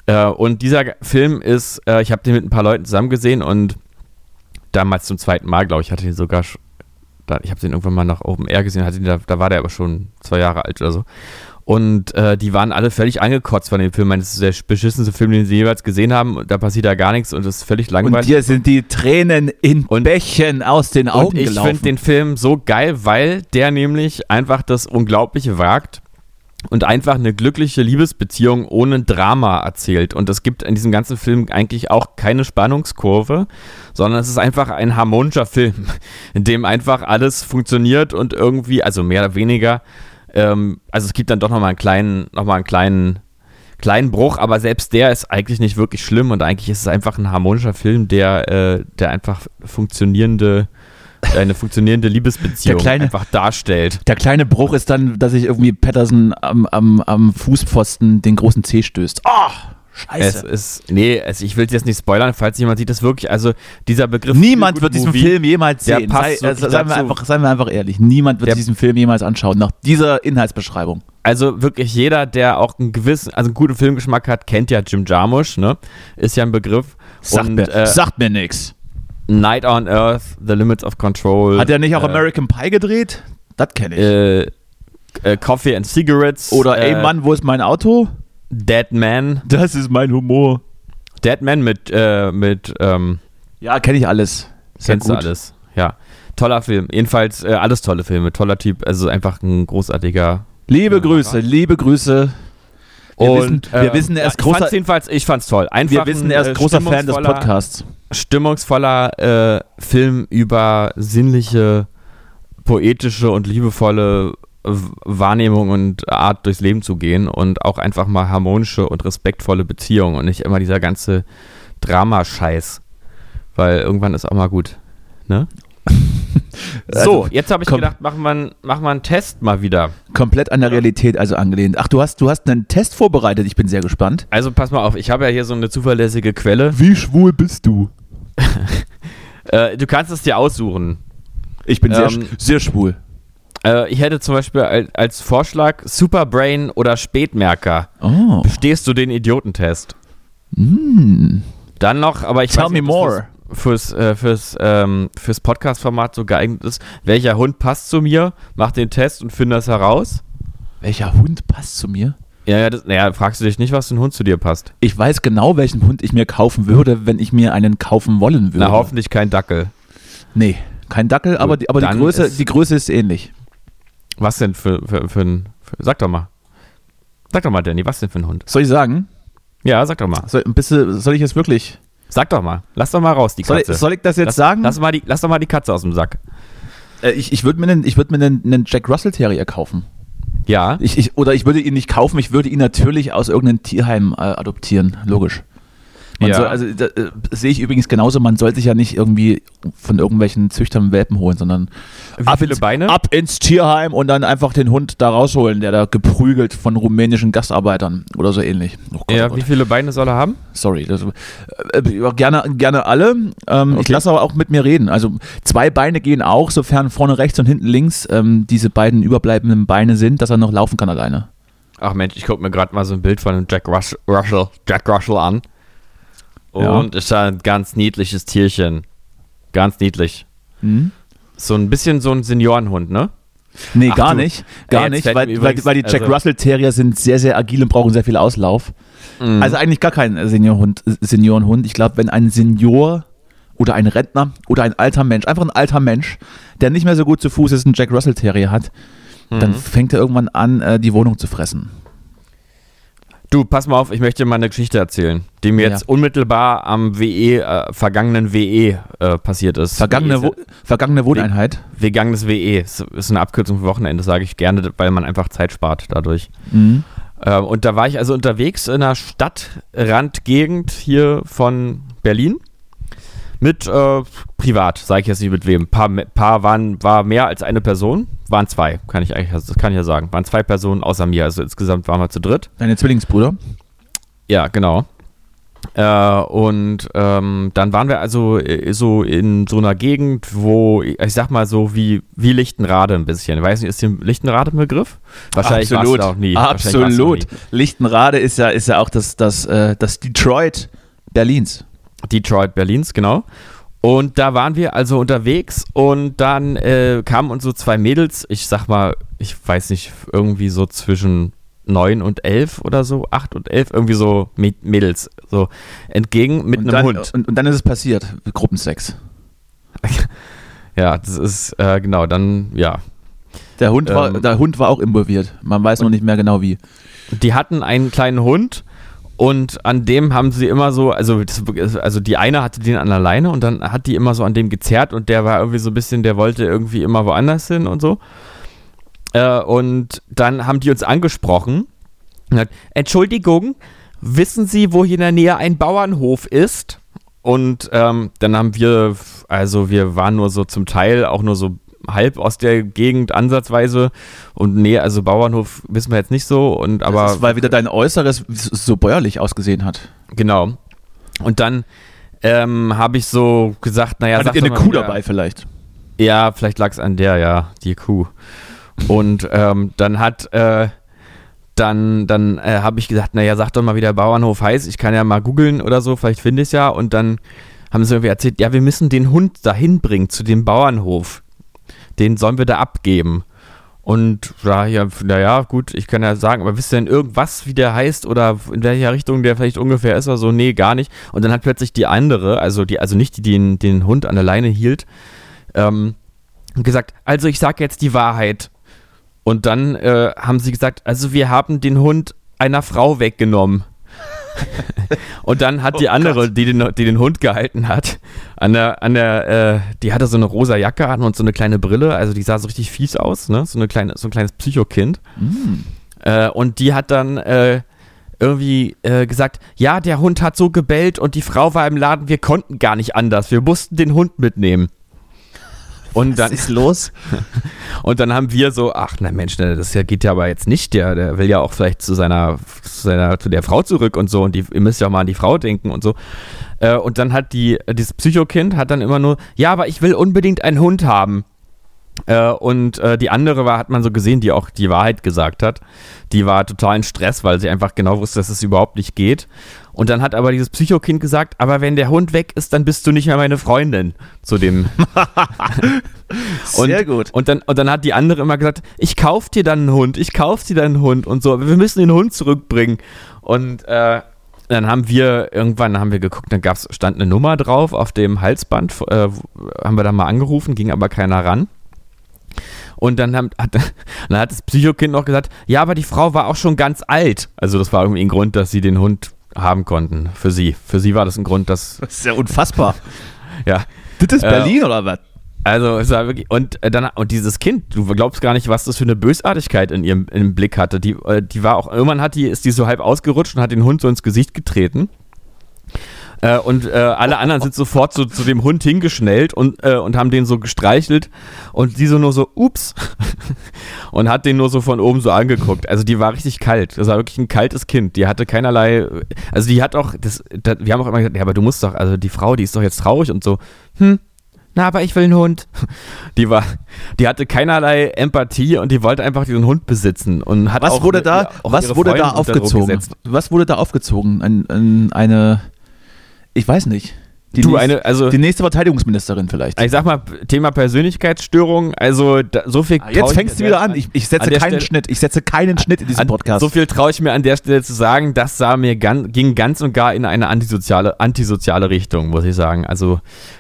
Äh, und dieser G- Film ist, äh, ich habe den mit ein paar Leuten zusammen gesehen und damals zum zweiten Mal, glaube ich, hatte den sogar, sch- da, ich habe den irgendwann mal nach Open Air gesehen, hatte den, da, da war der aber schon zwei Jahre alt oder so. Und äh, die waren alle völlig angekotzt von dem Film. Ich meine, Das ist der beschissenste Film, den sie jeweils gesehen haben. Und da passiert da gar nichts und das ist völlig Und langweilig. hier sind die Tränen in Und- Bächen aus den Augen Und ich gelaufen. finde den Film so geil, weil der nämlich einfach das Unglaubliche wagt und einfach eine glückliche Liebesbeziehung ohne Drama erzählt. Und es gibt in diesem ganzen Film eigentlich auch keine Spannungskurve, sondern es ist einfach ein harmonischer Film, in dem einfach alles funktioniert und irgendwie, also mehr oder weniger, ähm, also es gibt dann doch nochmal einen kleinen, nochmal einen kleinen kleinen Bruch, aber selbst der ist eigentlich nicht wirklich schlimm und eigentlich ist es einfach ein harmonischer Film, der, äh, der einfach funktionierende, äh, eine funktionierende Liebesbeziehung Der kleine- einfach darstellt. Der kleine Bruch ist dann, dass ich irgendwie Patterson am, am, am Fußpfosten den großen Zeh stößt. Oh, Es scheiße. ist, nee, es, ich will es jetzt nicht spoilern, falls jemand sieht, das wirklich, also dieser Begriff. Niemand Feel wird Good diesen Movie, Film jemals der sehen. passt Sei, also, wirklich seien, wir dazu. einfach, seien wir einfach ehrlich. Niemand wird Der- diesen Film jemals anschauen, nach dieser Inhaltsbeschreibung. Also wirklich jeder, der auch einen gewissen, also einen guten Filmgeschmack hat, kennt ja Jim Jarmusch, ne? Ist ja ein Begriff. Sagt, und, mir, äh, sagt mir nix. Night on Earth, The Limits of Control. Hat er nicht auch äh, American Pie gedreht? Das kenne ich. äh, äh, Coffee and Cigarettes. Oder äh, ey Mann, wo ist mein Auto? Dead Man. Das ist mein Humor. Dead Man mit, äh, mit ähm, Ja, kenne ich alles. Sehr Kennst du alles. Ja. Toller Film. Jedenfalls äh, alles tolle Filme. Toller Typ. Also einfach ein großartiger. Liebe Grüße, liebe Grüße. Wir wissen- wir wissen, er ist äh, ähm, ich großer- fand's jedenfalls, ich fand's toll. Einfach Wir wissen, er ein, ist äh, großer Fan des stimmungsvoller- Podcasts. Stimmungsvoller äh, Film über sinnliche, poetische und liebevolle äh, Wahrnehmung und Art durchs Leben zu gehen und auch einfach mal harmonische und respektvolle Beziehungen und nicht immer dieser ganze Dramascheiß. Weil irgendwann ist auch mal gut. Ne? Also, so, jetzt habe ich komm. gedacht, machen wir, einen- machen wir einen Test mal wieder. Komplett an der Realität also angelehnt. Ach, du hast, du hast einen Test vorbereitet. Ich bin sehr gespannt. Also pass mal auf, ich habe ja hier so eine zuverlässige Quelle. Wie schwul bist du? Äh, du kannst es dir aussuchen. Ich bin sehr, Ähm, sch- sehr schwul. Äh, ich hätte zum Beispiel als, als Vorschlag Superbrain oder Spätmerker. Oh. Bestehst du den Idiotentest? Dann noch, aber ich Mm. Tell me ob das more. Fürs, fürs, äh, fürs, ähm, fürs Podcast-Format so geeignet ist. Welcher Hund passt zu mir? Mach den Test und finde das heraus. Welcher Hund passt zu mir? Ja, ja, das, naja, fragst du dich nicht, was für ein Hund zu dir passt. Ich weiß genau, welchen Hund ich mir kaufen würde, wenn ich mir einen kaufen wollen würde. Na, hoffentlich kein Dackel. nee, kein Dackel, aber, die, aber die, dann Größe, ist- die Größe ist ähnlich. Was denn für, für, für ein. Für, sag doch mal. Sag doch mal, Danny, was denn für ein Hund? Soll ich sagen? Ja, sag doch mal. Soll, ein bisschen, soll ich jetzt wirklich? Sag doch mal. Lass doch mal raus, die Soll ich, Katze. soll ich das jetzt lass, sagen? Lass, mal die, lass doch mal die Katze aus dem Sack. Äh, ich ich würde mir, einen, ich würd mir einen, einen Jack Russell Terrier kaufen. Ja. Ich, ich, oder ich würde ihn nicht kaufen, ich würde ihn natürlich aus irgendeinem Tierheim äh, adoptieren, logisch. Man Ja. soll, also da, äh, sehe ich übrigens genauso, man soll sich ja nicht irgendwie von irgendwelchen Züchtern Welpen holen, sondern Wie viele ins, Beine? ab ins Tierheim und dann einfach den Hund da rausholen, der da geprügelt von rumänischen Gastarbeitern oder so ähnlich. Oh Gott, oh ja, Gott. wie viele Beine soll er haben? Sorry, das, äh, ja, gerne, gerne alle. Ähm, Ich lasse aber auch mit mir reden. Also zwei Beine gehen auch, sofern vorne rechts und hinten links ähm, diese beiden überbleibenden Beine sind, dass er noch laufen kann alleine. Ach Mensch, ich gucke mir gerade mal so ein Bild von einem Jack Rush, Russell, Jack Russell an. Ja. Und ist da ein ganz niedliches Tierchen. Ganz niedlich. Mhm. So ein bisschen so ein Seniorenhund, ne? Nee, Ach gar du. nicht. Gar Ey, jetzt nicht, fällt weil, mir weil, übrigens- weil die Jack also- Russell Terrier sind sehr, sehr agil und brauchen sehr viel Auslauf. Mhm. Also eigentlich gar kein Seniorhund, Seniorenhund. Ich glaube, wenn ein Senior oder ein Rentner oder ein alter Mensch, einfach ein alter Mensch, der nicht mehr so gut zu Fuß ist, einen Jack Russell Terrier hat, Mhm. dann fängt er irgendwann an, äh, die Wohnung zu fressen. Du, pass mal auf, ich möchte dir mal eine Geschichte erzählen, die mir jetzt Ja. unmittelbar am WE, äh, vergangenen WE äh, passiert ist. Vergangene, Wo vergangene Wohneinheit. Veganes WE. Ist, ist eine Abkürzung für Wochenende, sage ich gerne, weil man einfach Zeit spart dadurch. Ähm, und da war ich also unterwegs in einer Stadtrandgegend hier von Berlin. Mit äh, privat, sage ich jetzt nicht mit wem. Paar, me- paar waren war mehr als eine Person, waren zwei, kann ich eigentlich, also das kann ich ja sagen. Waren zwei Personen außer mir, also insgesamt waren wir zu dritt. Deine Zwillingsbrüder. Ja, genau. Äh, und ähm, dann waren wir also äh, so in so einer Gegend, wo, ich sag mal so wie, wie Lichtenrade ein bisschen. Weiß nicht, ist dir Lichtenrade ein Begriff? Wahrscheinlich warst du da auch nie. Wahrscheinlich warst du noch Absolut. Lichtenrade ist ja, ist ja auch das, das, äh, das Detroit Berlins. nie. Detroit, Berlins, genau. Und da waren wir also unterwegs und dann äh, kamen uns so zwei Mädels, ich sag mal, ich weiß nicht, irgendwie so zwischen neun und elf oder so, acht und elf, irgendwie so Mäd- Mädels, so entgegen mit einem dann, äh, Hund. Und, und dann ist es passiert, Gruppensex. Ja, das ist, äh, genau, dann, ja. Der Hund, war, Ähm. der Hund war auch involviert. Man weiß noch nicht mehr genau wie. Die hatten einen kleinen Hund und an dem haben sie immer so, also, das, also die eine hatte den an der Leine und dann hat die immer so an dem gezerrt und der war irgendwie so ein bisschen, der wollte irgendwie immer woanders hin und so. Äh, und dann haben die uns angesprochen und hat, Entschuldigung, wissen Sie, wo hier in der Nähe ein Bauernhof ist? Und ähm, dann haben wir, also wir waren nur so zum Teil auch nur so halb aus der Gegend ansatzweise und nee, also Bauernhof wissen wir jetzt nicht so und aber das ist, weil wieder dein Äußeres so bäuerlich ausgesehen hat. genau. Und dann ähm, habe ich so gesagt, naja, Hattet sag ihr doch eine mal Kuh wieder- dabei vielleicht? Ja, vielleicht lag es an der, ja, die Kuh. Und ähm, dann hat, äh, dann, dann äh, habe ich gesagt, naja, sag doch mal, wie der Bauernhof heißt. Ich kann ja mal googeln oder so, vielleicht finde ich ja. Und dann haben sie irgendwie erzählt, ja, wir müssen den Hund dahin bringen zu dem Bauernhof. Den sollen wir da abgeben. Und da ja, naja, gut, ich kann ja sagen, aber wisst ihr denn irgendwas, wie der heißt oder in welcher Richtung der vielleicht ungefähr ist oder so? Nee, gar nicht. Und dann hat plötzlich die andere, also die, also nicht die, die den, den Hund an der Leine hielt, ähm, gesagt, also ich sage jetzt die Wahrheit. Und dann äh, haben sie gesagt, also wir haben den Hund einer Frau weggenommen. und dann hat die Oh andere, Gott. die den, die den Hund gehalten hat, an der, an der, äh, die hatte so eine rosa Jacke an und so eine kleine Brille, also die sah so richtig fies aus, ne? So, eine kleine, so ein kleines Psychokind. Mm. Äh, und die hat dann äh, irgendwie äh, gesagt, ja, der Hund hat so gebellt und die Frau war im Laden, wir konnten gar nicht anders, wir mussten den Hund mitnehmen. Und dann, los? und dann haben wir so, ach na Mensch, ne, das ja- geht ja aber jetzt nicht. Der, der will ja auch vielleicht zu seiner, zu seiner, zu der Frau zurück und so. Und die, ihr müsst ja auch mal an die Frau denken und so. Äh, und dann hat die, dieses Psychokind hat dann immer nur, ja, aber ich will unbedingt einen Hund haben. Äh, und äh, die andere war, hat man so gesehen, die auch die Wahrheit gesagt hat. Die war total in Stress, weil sie einfach genau wusste, dass es überhaupt nicht geht. Und dann hat aber dieses Psychokind gesagt, aber wenn der Hund weg ist, dann bist du nicht mehr meine Freundin. Zu dem und, Sehr gut. Und dann, und dann hat die andere immer gesagt, ich kauf dir dann einen Hund, ich kauf dir dann einen Hund und so, wir müssen den Hund zurückbringen. Und äh, dann haben wir, irgendwann haben wir geguckt, dann gab's, stand eine Nummer drauf auf dem Halsband, äh, haben wir da mal angerufen, ging aber keiner ran. Und dann haben- hat, dann hat das Psychokind noch gesagt, ja, aber die Frau war auch schon ganz alt. Also das war irgendwie ein Grund, dass sie den Hund haben konnten. Für sie. Für sie war das ein Grund, dass, Das ist ja unfassbar. ja. Das ist Äh, Berlin oder was? Also es war wirklich und äh, dann und dieses Kind, du glaubst gar nicht, was das für eine Bösartigkeit in ihrem im Blick hatte. Die äh, die war auch irgendwann hat die ist die so halb ausgerutscht und hat den Hund so ins Gesicht getreten. Äh, und äh, alle anderen sind sofort so, zu dem Hund hingeschnellt und, äh, und haben den so gestreichelt und sie so nur so, ups, und hat den nur so von oben so angeguckt. Also die war richtig kalt. Das war wirklich ein kaltes Kind. Die hatte keinerlei, also die hat auch, das, da- wir haben auch immer gesagt, ja, aber du musst doch, also die Frau, die ist doch jetzt traurig und so, hm, na, aber ich will einen Hund. Die war, die hatte keinerlei Empathie und die wollte einfach diesen Hund besitzen und hat Was auch, ne, wurde da, auch was ihre wurde da Freundin unter Druck aufgezogen? gesetzt. Was wurde da aufgezogen? Ein, ein, eine, ich weiß nicht. Die, Du, nächste, eine, also die nächste Verteidigungsministerin vielleicht. Ich sag mal, Thema Persönlichkeitsstörung, also da, so viel. Ah, Jetzt fängst du wieder an. Ich, ich setze an der keinen Stelle- Schnitt. Ich setze keinen Schnitt in diesem an, Podcast. So viel traue ich mir an der Stelle zu sagen, das sah mir gan, ging ganz und gar in eine antisoziale, antisoziale Richtung, muss ich sagen. Also,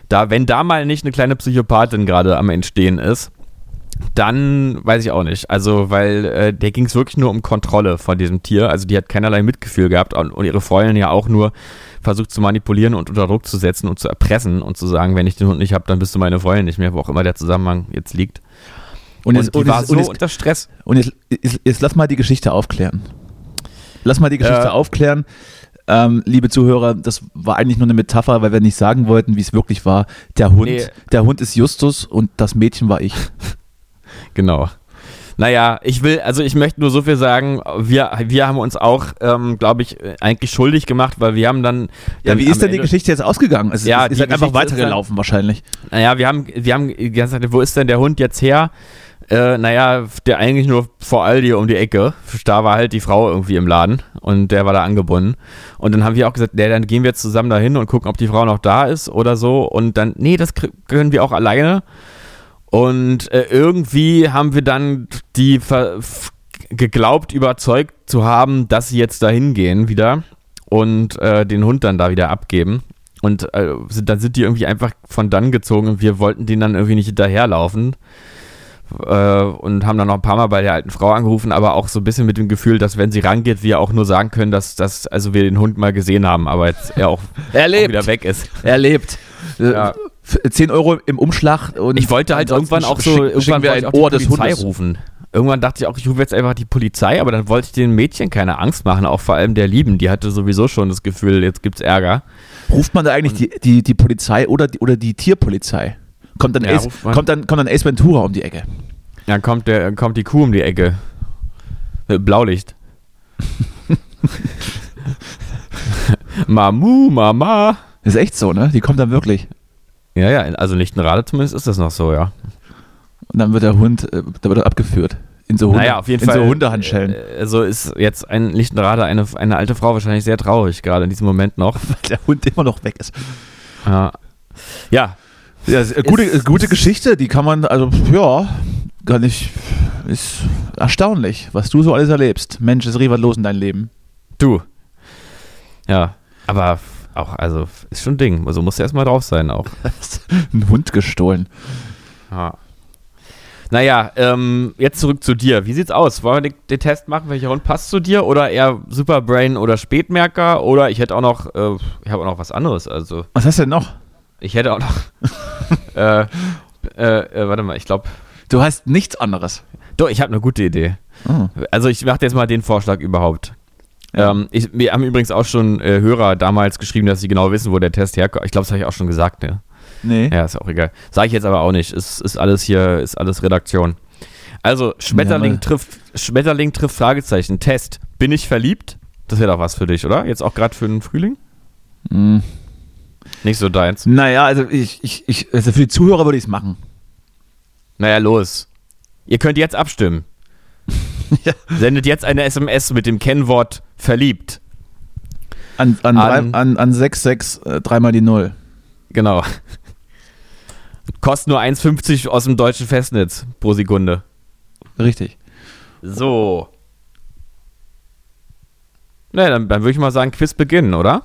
da, wenn da mal nicht eine kleine Psychopathin gerade am Entstehen ist, dann weiß ich auch nicht. Also, weil äh, der ging es wirklich nur um Kontrolle von diesem Tier. Also, die hat keinerlei Mitgefühl gehabt und, und ihre Freundin ja auch nur versucht zu manipulieren und unter Druck zu setzen und zu erpressen und zu sagen, wenn ich den Hund nicht habe, dann bist du meine Freundin nicht mehr, wo auch immer der Zusammenhang jetzt liegt. Und, und jetzt, die und war jetzt, so und jetzt, unter Stress. und jetzt, jetzt, jetzt lass mal die Geschichte aufklären. Lass mal die Geschichte Äh. aufklären. Ähm, liebe Zuhörer, das war eigentlich nur eine Metapher, weil wir nicht sagen wollten, wie es wirklich war. Der Hund, Nee. der Hund ist Justus und das Mädchen war ich. Genau. Naja, ich will, also ich möchte nur so viel sagen, wir, wir haben uns auch, ähm, glaube ich, äh, eigentlich schuldig gemacht, weil wir haben dann. Ja, dann wie am ist denn die Ende- Geschichte jetzt ausgegangen? Es Ja, ist, die ist halt einfach Geschichte ist weitergelaufen wahrscheinlich. Naja, wir haben, wir haben die ganze Zeit, wo ist denn der Hund jetzt her? Äh, naja, der eigentlich nur vor Aldi um die Ecke. Da war halt die Frau irgendwie im Laden und der war da angebunden. Und dann haben wir auch gesagt, nee, dann gehen wir jetzt zusammen dahin und gucken, ob die Frau noch da ist oder so. Und dann, nee, das krie- können wir auch alleine. Und äh, irgendwie haben wir dann die ver f- geglaubt, überzeugt zu haben, dass sie jetzt dahin gehen wieder und äh, den Hund dann da wieder abgeben. Und äh, sind, dann sind die irgendwie einfach von dann gezogen und wir wollten denen dann irgendwie nicht hinterherlaufen. Äh, und haben dann noch ein paar Mal bei der alten Frau angerufen, aber auch so ein bisschen mit dem Gefühl, dass wenn sie rangeht, wir auch nur sagen können, dass, dass also wir den Hund mal gesehen haben, aber jetzt er auch, Er auch wieder weg ist. Er lebt. Ja. Ja. 10 Äh, Euro im Umschlag. Und Ich wollte halt ansonsten irgendwann auch sch- so, schicken irgendwann wir wollte ich ein auch Ohr die des Polizei Hundes. rufen. Irgendwann dachte ich auch, ich rufe jetzt einfach die Polizei, aber dann wollte ich den Mädchen keine Angst machen, auch vor allem der Lieben, die hatte sowieso schon das Gefühl, jetzt gibt's Ärger. Ruft man da eigentlich die, die, die Polizei oder die, oder die Tierpolizei? Kommt dann, Ja, Ace, ruft man- kommt, dann, kommt dann Ace Ventura um die Ecke. Dann kommt der kommt die Kuh um die Ecke. Äh, Blaulicht. Mamu, Mama. Ist echt so, ne? Die kommt dann wirklich. Ja, ja, also Lichtenrade zumindest ist das noch so, ja. Und dann wird der Hund, äh, da wird er abgeführt. In so, Hunde, Naja, auf jeden in Fall. so Hundehandschellen. äh, Also ist jetzt ein Lichtenrade eine, eine alte Frau wahrscheinlich sehr traurig, gerade in diesem Moment noch. weil der Hund immer noch weg ist. Ja. ja. Ja, ist, äh, gute, Ist- äh, gute Geschichte, die kann man, also ja, kann ich, ist erstaunlich, was du so alles erlebst. Mensch, ist Riva los in deinem Leben. Du. Ja. Aber f- auch, also, f- ist schon ein Ding. Also musst du erstmal drauf sein auch. Ein Hund gestohlen. Ja. Naja, ähm, jetzt zurück zu dir. Wie sieht's aus? Wollen wir den, den Test machen? Welcher Hund passt zu dir? Oder eher Superbrain oder Spätmerker? Oder ich hätte auch noch, äh, ich habe auch noch was anderes. Also, Was hast du denn noch? ich hätte auch noch. äh, äh, äh, warte mal, ich glaube. Du hast nichts anderes. Doch, ich habe eine gute Idee. Oh. Also ich mache jetzt mal den Vorschlag überhaupt. Ähm, ich, wir haben übrigens auch schon äh, Hörer damals geschrieben, dass sie genau wissen, wo der Test herkommt. Ich glaube, das habe ich auch schon gesagt, ne? Nee. Ja, ist auch egal. Sage ich jetzt aber auch nicht. Ist, ist alles hier, ist alles Redaktion. Also, Schmetterling Ja, aber- trifft, Schmetterling trifft Fragezeichen. Test. Bin ich verliebt? Das wäre doch was für dich, oder? Jetzt auch gerade für den Frühling? Mm. Nicht so deins. Naja, also ich, ich, ich, also für die Zuhörer würde ich es machen. Naja, los. Ihr könnt jetzt abstimmen. Ja. Sendet jetzt eine SMS mit dem Kennwort verliebt. An, an, An- drei, an, an 6, 6, äh, dreimal die Null. Genau. Kostet nur 1,50 aus dem deutschen Festnetz pro Sekunde. Richtig. So. Na, naja, dann, dann würde ich mal sagen, Quiz beginnen, oder?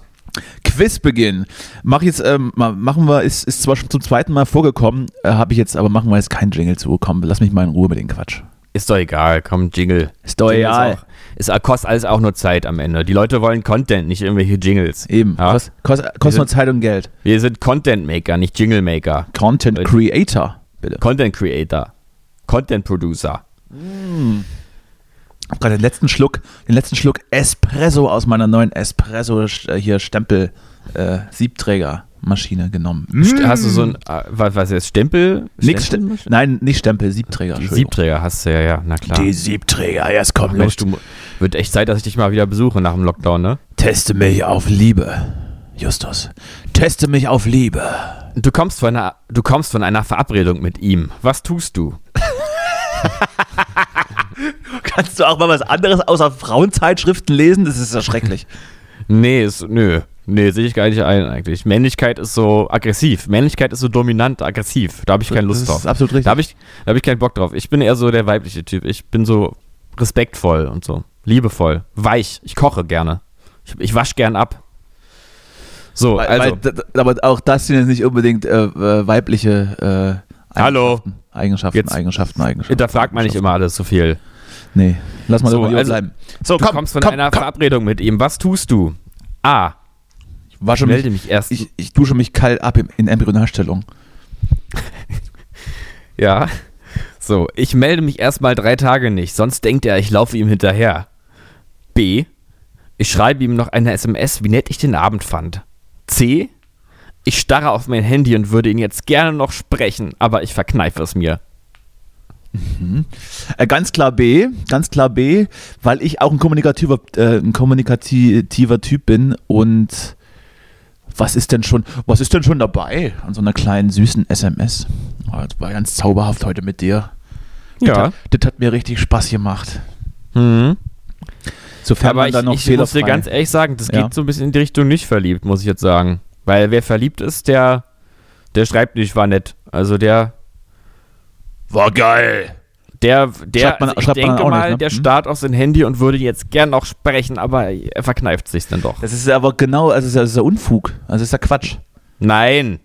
Quizbeginn. Mach jetzt, ähm, ma- machen wir, ist, ist zwar schon zum zweiten Mal vorgekommen, äh, habe ich jetzt, aber machen wir jetzt keinen Jingle zu. Komm, lass mich mal in Ruhe mit dem Quatsch. Ist doch egal, komm, Jingle. Ist doch Jingle egal. Ist, auch, ist kostet alles auch nur Zeit am Ende. Die Leute wollen Content, nicht irgendwelche Jingles. Eben. Ja? Kost, kost, kostet nur Zeit und Geld. Wir sind Content Maker, nicht Jingle Maker. Content Creator, bitte. Content Creator. Content Producer. Ich habe gerade Oh den letzten Schluck, den letzten Schluck Espresso aus meiner neuen Espresso äh, hier Stempel äh, Siebträgermaschine genommen. St- Hast du so ein, äh, was, was ist Stempel? Hm. Nix Stempel? Stempel? Nein, nicht Stempel, Siebträger. Entschuldigung. Siebträger hast du ja, ja, na klar. Die Siebträger, jetzt komm Ach, los. Mensch, du mu- wird echt Zeit, dass ich dich mal wieder besuche nach dem Lockdown, ne? Teste mich auf Liebe, Justus. Teste mich auf Liebe. Du kommst von einer, du kommst von einer Verabredung mit ihm. Was tust du? Kannst du auch mal was anderes außer Frauenzeitschriften lesen? Das ist ja schrecklich. Nee, ist, nö. Nee, sehe ich gar nicht ein eigentlich. Männlichkeit ist so aggressiv. Männlichkeit ist so dominant, aggressiv. Da habe ich keine Das Lust ist drauf. absolut richtig. Da habe ich, da hab ich keinen Bock drauf. Ich bin eher so der weibliche Typ. Ich bin so respektvoll und so. Liebevoll. Weich. Ich koche gerne. Ich, ich wasche gern ab. So, Weil- also. weil d- d- aber auch das sind jetzt nicht unbedingt äh, äh, weibliche äh, Hallo. Eigenschaften, Eigenschaften, Jetzt Eigenschaften, Eigenschaften. Hinterfragt man nicht immer alles so viel. Nee, lass mal So, so, bei dir also- bleiben. So, du komm, kommst von komm, einer komm. Verabredung mit ihm. Was tust du? A. Ich wasche Melde mich, mich erst. ich, ich dusche mich kalt ab in, in Embryonalstellung. Ja. So, ich melde mich erstmal drei Tage nicht, sonst denkt er, ich laufe ihm hinterher. B. Ich schreibe ihm noch eine SMS, wie nett ich den Abend fand. C. Ich starre auf mein Handy und würde ihn jetzt gerne noch sprechen, aber ich verkneife es mir. Äh, ganz klar B, ganz klar B, weil ich auch ein kommunikativer, äh, ein kommunikativer Typ bin und was ist denn schon, was ist denn schon dabei an so einer kleinen süßen SMS? Oh, das war ganz zauberhaft heute mit dir. Das, hat, das hat mir richtig Spaß gemacht. Mhm. Sofern Aber man ich, dann noch ich muss dir fehlerfrei- ganz e- ehrlich sagen, das Ja. geht so ein bisschen in die Richtung nicht verliebt, muss ich jetzt sagen. Weil wer verliebt ist, der, der schreibt nicht, war nett. Also der, war geil. Der, der Schreibt man- also ich schreibt man denke auch nicht, mal, ne? der Hm? starrt auf sein Handy und würde jetzt gern noch sprechen, aber er verkneift sich dann doch. Das ist ja aber genau, also das ist ja, das ist ja Unfug, also das ist ja Quatsch. Nein.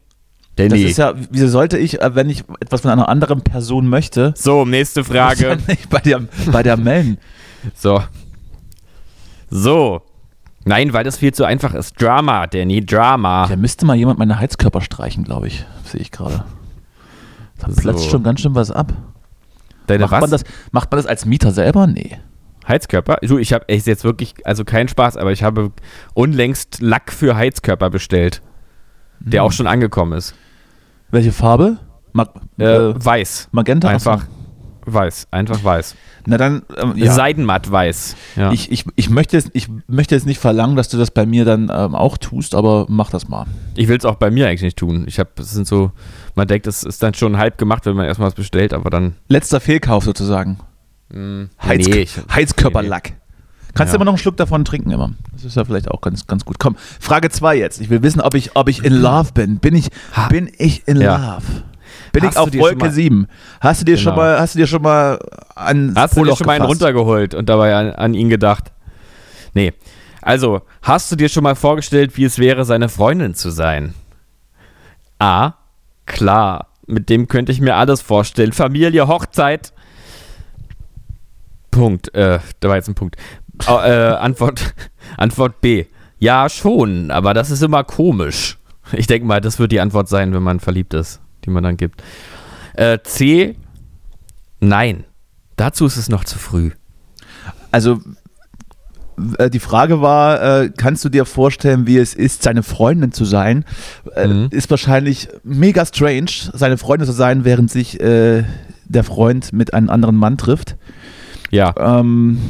Das Danny. ist ja, wieso sollte ich, äh, wenn ich etwas von einer anderen Person möchte, so, nächste Frage. muss ja nicht bei der, bei der melden? So. So. Nein, weil das viel zu einfach ist. Drama, Danny, Drama. Da müsste mal jemand meine Heizkörper streichen, glaube ich. Sehe ich gerade. Da So. platzt schon ganz schön was ab. Deine Macht man, das, macht man das als Mieter selber? Nee. Heizkörper? Du, ich habe echt jetzt wirklich, also kein Spaß, aber ich habe unlängst Lack für Heizkörper bestellt, Hm. der auch schon angekommen ist. Welche Farbe? Mag, Äh, äh, weiß. Magenta? Einfach Achso. weiß. Einfach weiß. Na dann, ähm, ja. Seidenmatt weiß. Ja. Ich, ich, ich, möchte jetzt, ich möchte jetzt nicht verlangen, dass du das bei mir dann ähm, auch tust, aber mach das mal. Ich will es auch bei mir eigentlich nicht tun. Ich habe, es sind so, man denkt, es ist dann schon halb gemacht, wenn man erstmal was bestellt, aber dann. Letzter Fehlkauf sozusagen. Heiz Nee, ich- Heizkörperlack. Kannst Ja. du immer noch einen Schluck davon trinken immer. Das ist ja vielleicht auch ganz, ganz gut. Komm, Frage 2 jetzt. Ich will wissen, ob ich, ob ich in love bin. Bin ich, bin ich in Ja. love? Bin Hast ich du auf dir schon Wolke mal- 7? Hast du dir schon Genau. mal, hast du dir schon mal an Hast du dir schon mal einen runtergeholt und dabei an, an ihn gedacht? Nee. Also, hast du dir schon mal vorgestellt, wie es wäre, seine Freundin zu sein? A. Klar. Mit dem könnte ich mir alles vorstellen. Familie, Hochzeit. Punkt. Äh, da war jetzt ein Punkt. Au- äh, Antwort, Antwort B. Ja, schon, aber das ist immer komisch. Ich denke mal, das wird die Antwort sein, wenn man verliebt ist, die man dann gibt. Äh, C. Nein. Dazu ist es noch zu früh. Also w- äh, die Frage war, äh, kannst du dir vorstellen, wie es ist, seine Freundin zu sein? Äh, Mhm. Ist wahrscheinlich mega strange, seine Freundin zu sein, während sich äh, der Freund mit einem anderen Mann trifft. Ja. Ähm,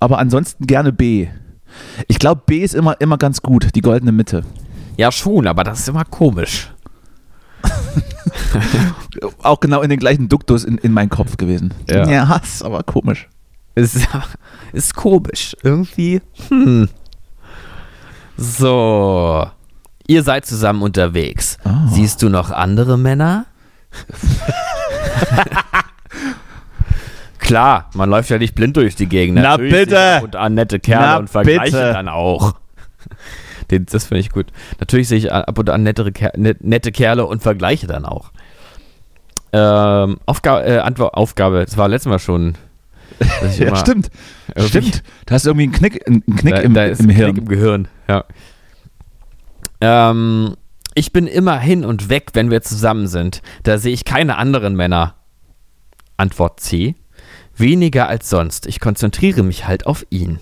aber ansonsten gerne B. Ich glaube, B ist immer, immer ganz gut, die goldene Mitte. Ja, schon, aber das ist immer komisch. Auch genau in den gleichen Duktus in, in meinen Kopf gewesen. Ja. ist aber komisch. Ist, ist komisch. Irgendwie. Hm. So. Ihr seid zusammen unterwegs. Siehst du noch andere Männer? Klar, man läuft ja nicht blind durch die Gegend. Na sehe bitte. ich ab Und an nette Kerle Na und vergleiche bitte. dann auch. Den, das finde ich gut. Natürlich sehe ich ab und an nettere Ker net, nette Kerle und vergleiche dann auch. Ähm, Aufgabe, äh, Antwort, Aufgabe, das war letztes Mal schon. dass ich Ja, immer- stimmt. irgendwie- Stimmt. Da hast du irgendwie einen Knick, einen Knick da, im, da ist im ein Hirn. Knick im Gehirn, ja. Ähm, ich bin immer hin und weg, wenn wir zusammen sind. Da sehe ich keine anderen Männer. Antwort C. Weniger als sonst. Ich konzentriere mich halt auf ihn.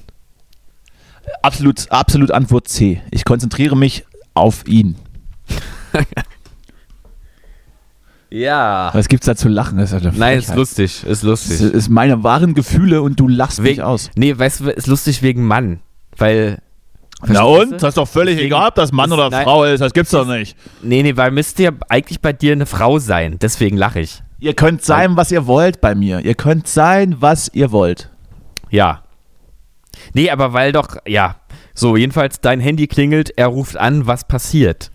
Absolut, absolut Antwort C. Ich konzentriere mich auf ihn. Ja. Was gibt's da zu lachen? Das ist, ja eine Nein, ist Frechheit. lustig. Ist Das lustig. ist meine wahren Gefühle und du lachst mich Wegen, aus. Nee, weißt du, ist lustig wegen Mann. Weil. Na Verstehst du? und? Das ist doch völlig Deswegen- egal, ob das Mann das- oder nein. Frau ist. Das gibt's doch nicht. Nee, nee, weil müsste ja eigentlich bei dir eine Frau sein. Deswegen lache ich. Ihr könnt sein, was ihr wollt bei mir. Ihr könnt sein, was ihr wollt. Ja. Nee, aber weil doch, ja. So, jedenfalls, dein Handy klingelt, er ruft an, was passiert?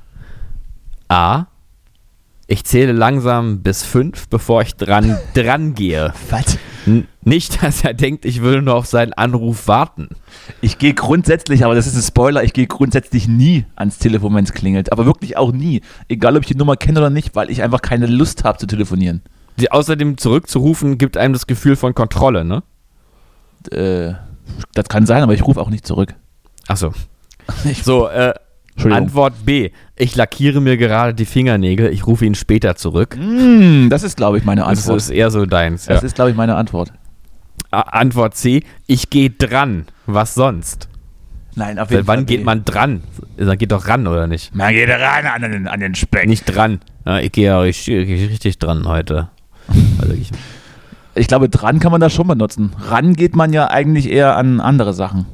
A. Ich zähle langsam bis fünf, bevor ich dran, dran gehe. Was? N nicht, dass er denkt, ich würde nur auf seinen Anruf warten. Ich gehe grundsätzlich, aber das ist ein Spoiler, ich gehe grundsätzlich nie ans Telefon, wenn es klingelt. Aber wirklich auch nie. Egal, ob ich die Nummer kenne oder nicht, weil ich einfach keine Lust habe zu telefonieren. Die, außerdem zurückzurufen, gibt einem das Gefühl von Kontrolle, ne? Äh, das kann sein, aber ich rufe auch nicht zurück. Achso. Ich- So, äh, Entschuldigung. Antwort B. Ich lackiere mir gerade die Fingernägel, ich rufe ihn später zurück. Hm, das ist, glaube ich, meine Das Antwort. ist eher so deins. Das ist, glaube ich, meine Antwort. A- Antwort C, ich gehe dran. Was sonst? Nein, auf Seit wann B. geht man dran? Man geht doch ran, oder nicht? Man geht rein an den, an den Speck. Nicht dran. Ja, ich gehe ja richtig, ich geh richtig dran heute. Also ich, Ich glaube, dran kann man das schon benutzen. Ran geht man ja eigentlich eher an andere Sachen.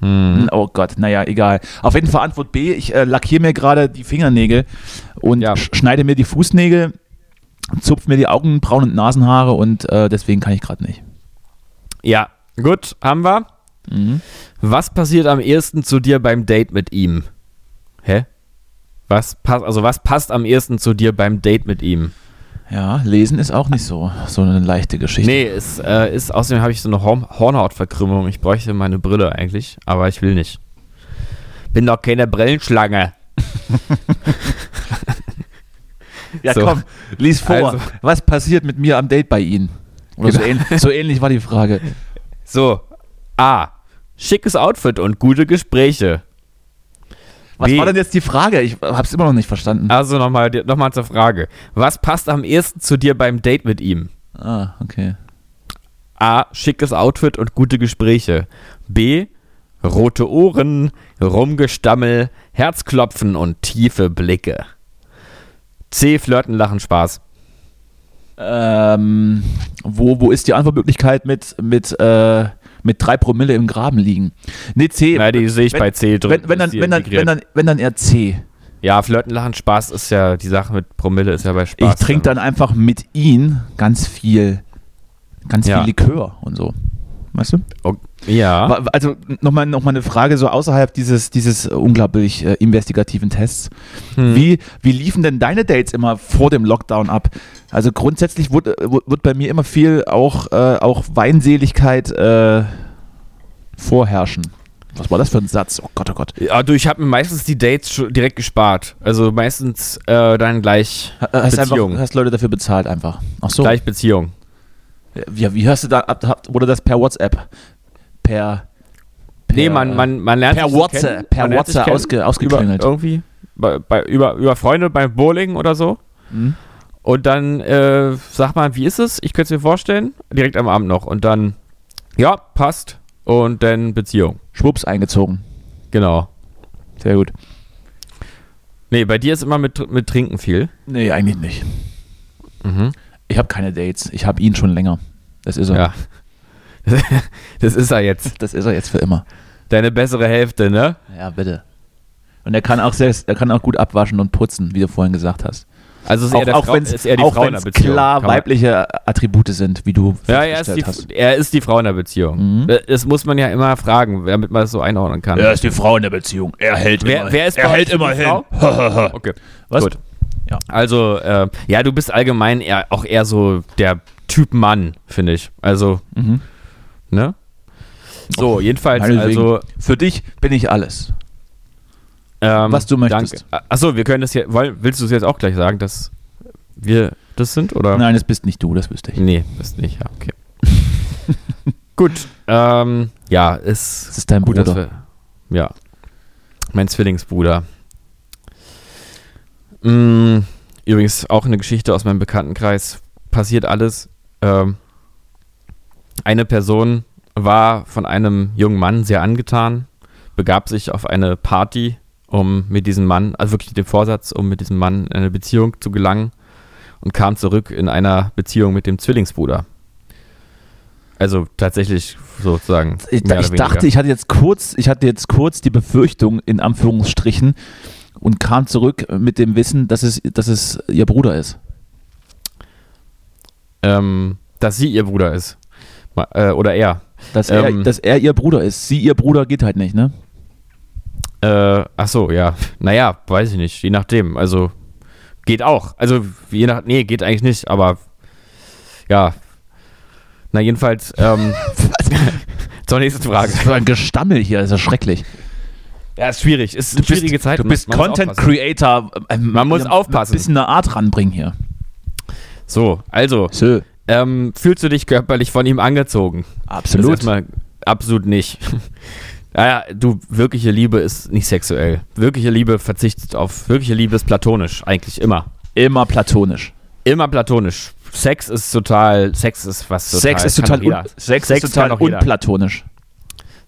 Hm, Oh Gott, naja, egal. Auf jeden Fall Antwort B. Ich äh, lackiere mir gerade die Fingernägel und Ja. sch- schneide mir die Fußnägel, zupfe mir die Augenbrauen und Nasenhaare und äh, deswegen kann ich gerade nicht. ja, gut, haben wir. Was passiert am ehesten zu dir beim Date mit ihm? Hä? Was passt, also was passt am ehesten zu dir beim Date mit ihm? Ja, lesen ist auch nicht so, so eine leichte Geschichte. Nee, es äh, ist, außerdem habe ich so eine Horn Hornhautverkrümmung. Ich bräuchte meine Brille eigentlich, aber ich will nicht. Bin doch keine Brillenschlange. ja, so. komm, lies vor. Also- Was passiert mit mir am Date bei Ihnen? Oder so, ähn so ähnlich war die Frage. So, A. Schickes Outfit und gute Gespräche. Was B. war denn jetzt die Frage? Ich hab's immer noch nicht verstanden. Also nochmal noch mal zur Frage. Was passt am ehesten zu dir beim Date mit ihm? Ah, okay. A. Schickes Outfit und gute Gespräche. B. Rote Ohren, Rumgestammel, Herzklopfen und tiefe Blicke. C. Flirten, Lachen, Spaß. Ähm, wo, wo ist die Antwortmöglichkeit mit, mit, äh, mit drei Promille im Graben liegen? Nee, C. Nein, die sehe ich wenn- bei C drin. wenn, wenn, ist dann, die wenn, dann, integriert. wenn, dann, wenn dann eher C. ja, Flirten, Lachen, Spaß ist ja, die Sache mit Promille ist ja bei Ich Spaß. trinke dann einfach mit ihm ganz viel, ganz Ja. viel Likör und so. weißt du? Oh, ja. Wa- Also nochmal noch mal eine Frage so außerhalb dieses, dieses unglaublich äh, investigativen Tests. Hm. Wie, wie liefen denn deine Dates immer vor dem Lockdown ab? Also grundsätzlich wird, wird bei mir immer viel auch, äh, auch Weinseligkeit äh, vorherrschen. Was war das für ein Satz? Oh Gott, oh Gott. Ja, Ah, du, ich habe mir meistens die Dates schon direkt gespart. Also meistens äh, dann gleich Ha- Hast, einfach, Beziehung. hast Leute dafür bezahlt einfach. Ach so. gleich Beziehung. Ja, wie hast du da, ab- habt- wurde das per WhatsApp? Per, per Nee, man, man, man lernt per sich so WhatsApp, kennen. per Man lernt sich WhatsApp kennen. ausge- über, oh. ausgeklingelt. irgendwie bei, bei, über, über Freunde beim Bowling oder so. Mhm. Und dann äh, sag mal, wie ist es? Ich könnte es mir vorstellen. Direkt am Abend noch. Und dann, ja, passt. Und dann Beziehung. Schwupps eingezogen. Genau. Sehr gut. Nee, bei dir ist immer mit, mit Trinken viel. Nee, eigentlich nicht. Mhm. Ich habe keine Dates. Ich habe ihn schon länger. Das ist er. Ja. das ist er jetzt. Das ist er jetzt für immer. Deine bessere Hälfte, ne? Ja, bitte. Und er kann auch selbst, er kann auch gut abwaschen und putzen, wie du vorhin gesagt hast. Also es ist, Auch, eher, der auch Frau, wenn ist eher die Frau in der es Beziehung. klar kann man- weibliche Attribute sind, wie du Ja, er ist, festgestellt hast. Mhm. die, er ist die Frau in der Beziehung. Äh, Das muss man ja immer fragen, damit man das so einordnen kann. Er ist die Frau in der Beziehung. Er hält Wer- immer wer ist Er bei hält euch immer die hin. Frau? Was? Okay. Gut. Also, äh, ja, du bist allgemein eher, auch eher so der Typ Mann, finde ich. Also, ne? So, jedenfalls, Mhm. Meinetwegen. also. Für dich bin ich alles. Ähm, Was du möchtest. Danke. Achso, wir können das hier. Wollen, willst du es jetzt auch gleich sagen, dass wir das sind? Oder? Nein, das bist nicht du, das wüsste ich. Nee, das nicht, ja, okay. Gut. Ähm, ja, ist. Das ist dein Gut, dass Bruder. wir, ja. Mein Zwillingsbruder. Mm, Übrigens auch eine Geschichte aus meinem Bekanntenkreis. Passiert alles. Ähm, eine Person war von einem jungen Mann sehr angetan, begab sich auf eine Party, um mit diesem Mann, also wirklich mit dem Vorsatz, um mit diesem Mann in eine Beziehung zu gelangen und kam zurück in einer Beziehung mit dem Zwillingsbruder. Also tatsächlich sozusagen. Ich, mehr ich oder weniger. dachte, ich hatte jetzt kurz, ich hatte jetzt kurz die Befürchtung in Anführungsstrichen und kam zurück mit dem Wissen, dass es, dass es ihr Bruder ist. ähm, dass sie ihr Bruder ist. Ma- Äh, oder er. Dass, er, Ähm. dass er ihr Bruder ist. Sie ihr Bruder geht halt nicht, ne? Äh, ach so, ja. Naja, weiß ich nicht. Je nachdem. Also, geht auch. Also, je nach. Nee, geht eigentlich nicht, aber. Ja. Na, jedenfalls. Ähm, zur nächsten Frage. Das ist so ein Gestammel hier, das ist ja schrecklich. Ja, ist schwierig. Ist eine schwierige Zeit. Du bist Man muss Content aufpassen. Creator. Man muss aufpassen. Ein bisschen eine Art ranbringen hier. So, also. So, Ähm, fühlst du dich körperlich von ihm angezogen? Das ist absolut. erstmal absolut nicht. Naja, du, wirkliche Liebe ist nicht sexuell. Wirkliche Liebe verzichtet auf. Wirkliche Liebe ist platonisch, eigentlich immer. Immer platonisch. Immer platonisch. Sex ist total. Sex ist was total. Sex ist kann total, doch jeder. un Sex Sex ist total kann doch jeder. unplatonisch.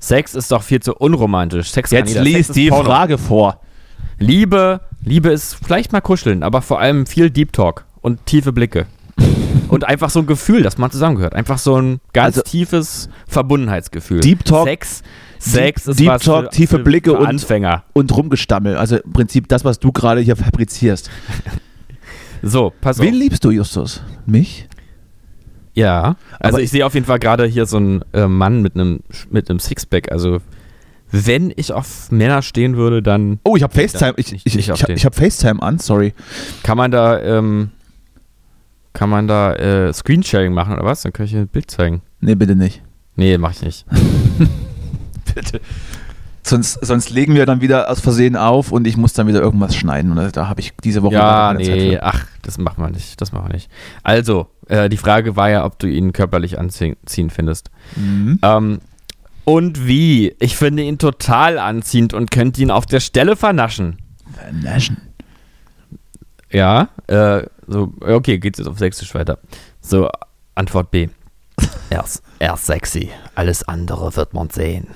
Sex ist doch viel zu unromantisch. Sex kann Jetzt jeder. Sex lies ist die Porno. Frage vor. Liebe, Liebe ist vielleicht mal kuscheln, aber vor allem viel Deep Talk und tiefe Blicke. Und einfach so ein Gefühl, dass man zusammengehört. Einfach so ein ganz Also- tiefes Verbundenheitsgefühl. Deep Talk- Sex, Sex Deep- ist Deep was Talk, für, tiefe für, Blicke für und- Anfänger. Und rumgestammel. Also im Prinzip das, was du gerade hier fabrizierst. So, pass auf. Wen liebst du, Justus? Mich? Ja, also Aber- ich sehe auf jeden Fall gerade hier so einen äh, Mann mit einem mit einem Sixpack. Also wenn ich auf Männer stehen würde, dann Oh, ich habe FaceTime. Ich, nicht- ich, nicht ich, auf ich, hab- den. ich habe FaceTime an, sorry. kann man da ähm, kann man da äh, Screensharing machen oder was? Dann kann ich dir ein Bild zeigen. Nee, bitte nicht. Nee, mach ich nicht. Sonst, sonst legen wir dann wieder aus Versehen auf und ich muss dann wieder irgendwas schneiden. Und da habe ich diese Woche Ja, keine Zeit nee, für. ach, das machen wir nicht, das machen wir nicht. Also, äh, die Frage war ja, ob du ihn körperlich anziehen findest. Mhm. Ähm, und wie? Ich finde ihn total anziehend und könnte ihn auf der Stelle vernaschen. Vernaschen. Ja, äh, so, okay, geht's jetzt auf Sächsisch weiter. So, Antwort B. Er ist, er ist sexy. Alles andere wird man sehen.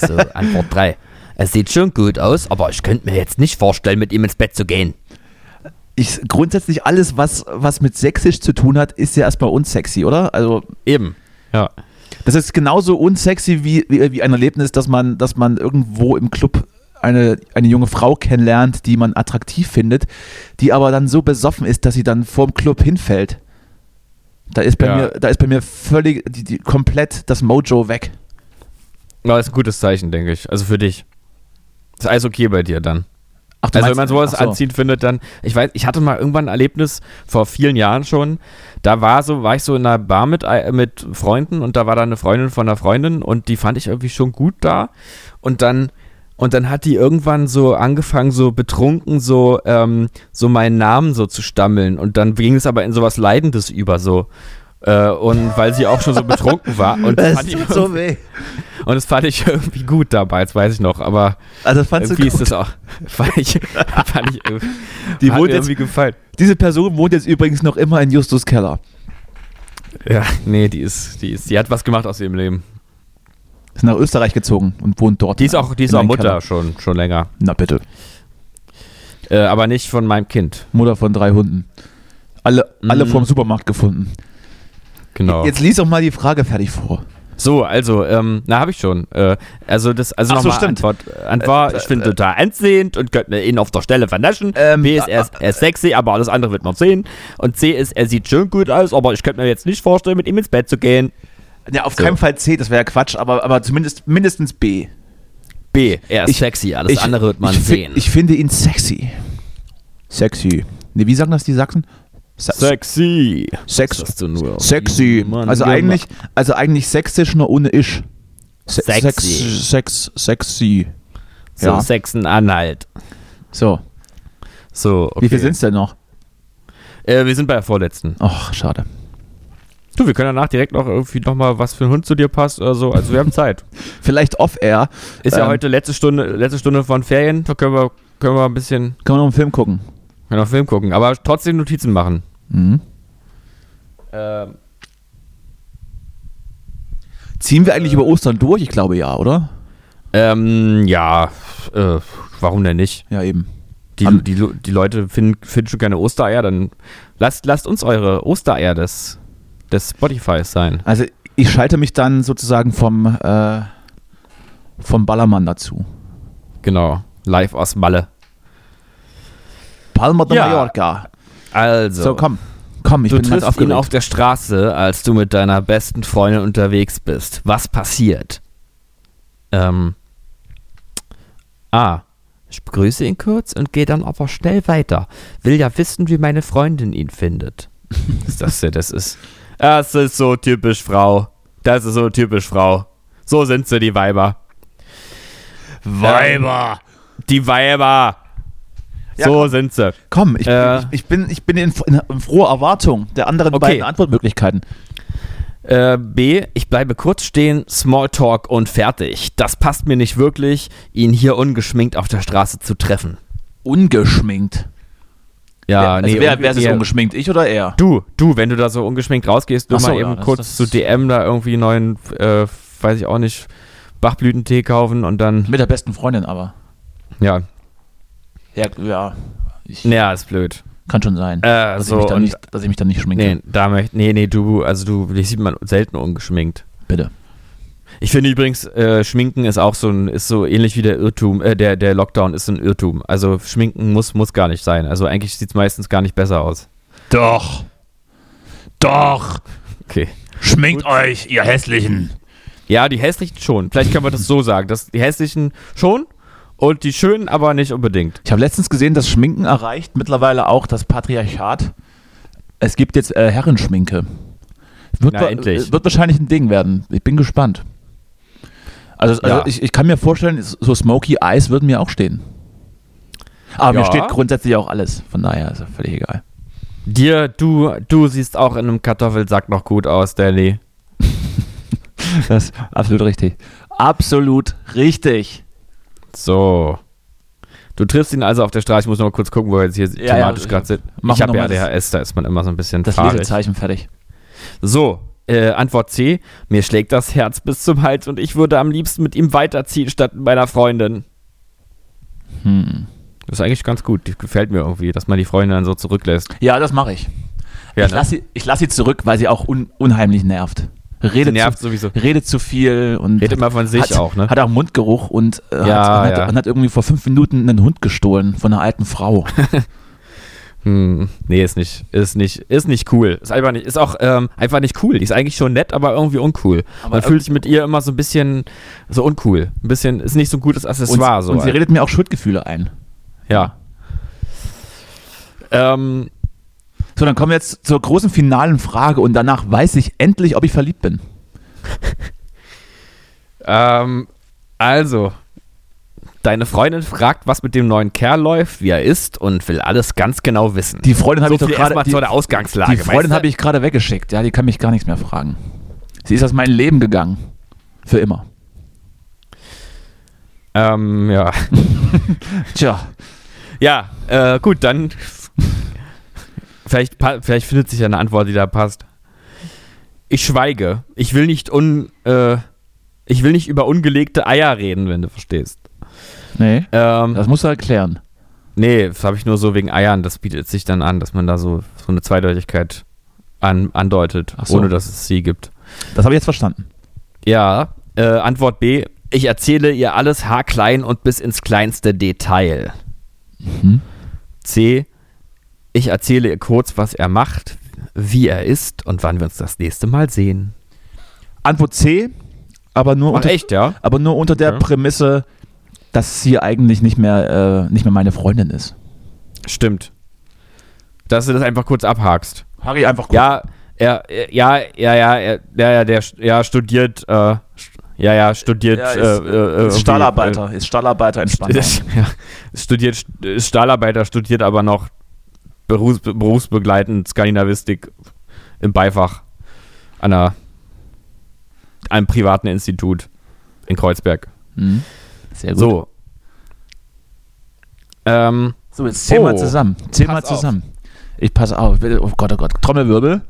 So, Antwort 3. Es sieht schon gut aus, aber ich könnte mir jetzt nicht vorstellen, mit ihm ins Bett zu gehen. Ich, grundsätzlich alles, was, was mit sächsisch zu tun hat, ist ja erstmal unsexy, oder? Also Eben. Ja. Das ist genauso unsexy wie, wie, wie ein Erlebnis, dass man, dass man irgendwo im Club eine, eine junge Frau kennenlernt, die man attraktiv findet, die aber dann so besoffen ist, dass sie dann vorm Club hinfällt. Da ist bei Ja. mir, da ist bei mir völlig die, die, komplett das Mojo weg. Aber ist ein gutes Zeichen, denke ich. Also für dich. Ist alles okay bei dir dann. Ach, du Also wenn meinst- man sowas ach so. anziehend findet, dann, ich weiß, ich hatte mal irgendwann ein Erlebnis vor vielen Jahren schon. Da war so, war ich so in einer Bar mit, ei- mit Freunden und da war da eine Freundin von einer Freundin und die fand ich irgendwie schon gut da. Und dann, und dann hat die irgendwann so angefangen, so betrunken, so, ähm, so meinen Namen so zu stammeln. Und dann ging es aber in sowas Leidendes über so. Äh, und weil sie auch schon so betrunken war. Und das, fand ich, irgendwie- weh. und das fand ich irgendwie gut dabei, das weiß ich noch, aber Also das fandst du irgendwie gut. ist das auch. Fand ich, fand ich irgendwie- Die hat wohnt mir jetzt- irgendwie gefallen. Diese Person wohnt jetzt übrigens noch immer in Justus Keller. Ja, nee, die ist, die ist, die hat was gemacht aus ihrem Leben. Ist nach Österreich gezogen und wohnt dort. Die ist auch, die ist In auch einem Mutter Keller. schon, schon länger. Na bitte. Äh, aber nicht von meinem Kind. Mutter von drei Hunden. Alle, alle Mm. vom Supermarkt gefunden. Genau. Jetzt lies doch mal die Frage fertig vor. So, also, ähm, na, habe ich schon. Äh, also, das, also Ach so, nochmal stimmt. Antwort. Antwort ich bin total ansehend und könnte mir ihn auf der Stelle vernaschen. Ähm, B ist, er, ist, er ist sexy, aber alles andere wird man sehen. Und C ist, er sieht schön gut aus, aber ich könnte mir jetzt nicht vorstellen, mit ihm ins Bett zu gehen. Ja, auf keinen Fall C, das wäre ja Quatsch, aber, aber zumindest mindestens B. B, er ist Ich- sexy, alles andere wird man ich, fi- sehen. Ich finde ihn sexy. Sexy. Ne, wie sagen das die Sachsen? Se sexy. Sex. Sagst du nur. Sexy. Mann, also, ja, eigentlich, also eigentlich sächsisch nur ohne Isch. Se Sexy. Sex, sex, sexy. So, Ja. Sachsen-Anhalt. So, So, okay. wie viel sind's denn noch? Äh, wir sind bei der vorletzten. Ach, schade. Du, wir können danach direkt noch irgendwie nochmal, was für ein Hund zu dir passt oder so. Also, wir haben Zeit. Vielleicht off-air. Ist ja Ähm, heute letzte Stunde, letzte Stunde von Ferien. Da können wir, können wir ein bisschen Können wir noch einen Film gucken? können noch Film gucken, aber trotzdem Notizen machen. Mhm. Ähm, Ziehen wir eigentlich über Ostern durch? Ich glaube ja, oder? ähm, ja, äh, warum denn nicht? Ja, eben. Die, Am- die, die Leute finden, finden schon gerne Ostereier, dann lasst, lasst uns eure Ostereier des, des Spotifys sein. Also ich schalte mich dann sozusagen vom, äh, vom Ballermann dazu. Genau. Live aus Malle. Palma de Ja. Mallorca. Also, So, komm. Komm, ich du bin ganz triffst ihn aufgeregt. auf der Straße, als du mit deiner besten Freundin unterwegs bist. Was passiert? Ähm. A. Ich begrüße ihn kurz und gehe dann aber schnell weiter. Will ja wissen, wie meine Freundin ihn findet. ist das denn? Das ist. Das ist so typisch Frau. Das ist so typisch Frau. So sind sie, die Weiber. Weiber! Die Weiber! Ja, so sind sie. Komm, ich, Äh. ich, ich bin, ich bin in, in, in froher Erwartung der anderen Okay. beiden Antwortmöglichkeiten. Äh, B, ich bleibe kurz stehen, Smalltalk und fertig. Das passt mir nicht wirklich, ihn hier ungeschminkt auf der Straße zu treffen. Ungeschminkt. Ja, also wer, wer ist jetzt eher- ungeschminkt? Ich oder er? Du, du, wenn du da so ungeschminkt rausgehst, nur Ach so, mal ja, eben das- kurz das- zu DM da irgendwie neuen, äh, weiß ich auch nicht, Bachblütentee kaufen und dann, Mit der besten Freundin aber. ja, Ja, ja. Ich, naja, ist blöd. Kann schon sein, Äh, dass, so Also ich mich da und- nicht, dass ich mich da nicht schminke. Nee, da möchte, nee, nee, du, also du, dich sieht man selten ungeschminkt. Bitte. Ich finde übrigens, äh, Schminken ist auch so ein, ist so ähnlich wie der Irrtum, äh, der, der Lockdown ist ein Irrtum. Also Schminken muss, muss gar nicht sein. Also eigentlich sieht es meistens gar nicht besser aus. Doch. Doch. Okay. Schminkt euch, ihr Hässlichen. Ja, die hässlichen schon. Vielleicht können wir das so sagen. Dass die hässlichen schon und die schönen aber nicht unbedingt. Ich habe letztens gesehen, dass Schminken erreicht mittlerweile auch das Patriarchat. Es gibt jetzt äh, Herrenschminke. Wird, Na, wa- endlich. äh, wird wahrscheinlich ein Ding werden. Ich bin gespannt. Also, also Ja. ich, ich kann mir vorstellen, so Smoky Eyes würden mir auch stehen. Aber mir Ja. steht grundsätzlich auch alles. Von daher ist ja völlig egal. Dir, du, du siehst auch in einem Kartoffelsack noch gut aus, Danny. Das ist absolut richtig. Absolut richtig. So. Du triffst ihn also auf der Straße. Ich muss noch mal kurz gucken, wo wir jetzt hier Ja, thematisch ja. gerade sind. Machen ich habe wir ja mal ADHS, das- da ist man immer so ein bisschen Das fahrig. Lesezeichen fertig. So, äh, Antwort C. Mir schlägt das Herz bis zum Hals und ich würde am liebsten mit ihm weiterziehen statt mit meiner Freundin. Hm. Das ist eigentlich ganz gut. Die gefällt mir irgendwie, dass man die Freundin dann so zurücklässt. Ja, das mache ich. Ja, ich ne? lasse sie, ich lass sie zurück, weil sie auch un, unheimlich nervt. Die Redet nervt zu, sowieso. redet zu viel und Redet immer von sich hat, auch, ne? hat auch Mundgeruch und, äh, Ja, hat, und, ja. Hat, und hat irgendwie vor fünf Minuten einen Hund gestohlen von einer alten Frau. Hm, nee, ist nicht, ist nicht, ist nicht cool. Ist einfach nicht, ist auch ähm, einfach nicht cool. Die ist eigentlich schon nett, aber irgendwie uncool. Man fühlt sich mit ihr immer so ein bisschen so uncool. Ein bisschen, ist nicht so ein gutes Und, Accessoire. so und sie redet mir auch Schuldgefühle ein. ja. Ähm, So, dann kommen wir jetzt zur großen finalen Frage und danach weiß ich endlich, ob ich verliebt bin. Ähm, also, deine Freundin fragt, was mit dem neuen Kerl läuft, wie er ist und will alles ganz genau wissen. Die Freundin habe so ich doch viel gerade. erstmal Die, zu der Ausgangslage. die Freundin weißt habe du? ich gerade weggeschickt. Ja, die kann mich gar nichts mehr fragen. Sie ist aus meinem Leben gegangen. Für immer. Ähm, ja. Tja. Ja, äh, gut, dann. vielleicht, pa- vielleicht findet sich ja eine Antwort, die da passt. Ich schweige. Ich will nicht un. Äh, ich will nicht über ungelegte Eier reden, wenn du verstehst. Nee. Ähm, Das musst du erklären. Nee, das habe ich nur so wegen Eiern. Das bietet sich dann an, dass man da so, so eine Zweideutigkeit an, andeutet, Ach so. ohne dass es sie gibt. Das habe ich jetzt verstanden. Ja, äh, Antwort B. Ich erzähle ihr alles haarklein und bis ins kleinste Detail. Mhm. C. Ich erzähle ihr kurz, was er macht, wie er ist und wann wir uns das nächste Mal sehen. Antwort C, aber nur, Und unter, echt, ja? aber nur unter der Ja. Prämisse, dass sie eigentlich nicht mehr, äh, nicht mehr meine Freundin ist. Stimmt. Dass du das einfach kurz abhakst. Harry einfach gut. Ja, er, er- ja, ja, ja, er, ja, ja, der st- ja, studiert, äh, st- ja, ja, studiert, Ja, ist- äh, äh, ist irgendwie, Stahlarbeiter, ist Stahlarbeiter in Äh, Spanien. ja, studiert, st- ist Stahlarbeiter, studiert aber noch Berufs, berufsbegleitend Skandinavistik im Beifach an einer, einem privaten Institut in Kreuzberg. Mhm. Sehr gut. So. Ähm, So, jetzt zähl mal Oh. zusammen. Zähl mal Pass auf. zusammen. Ich passe auf. Oh Gott, oh Gott. Trommelwirbel.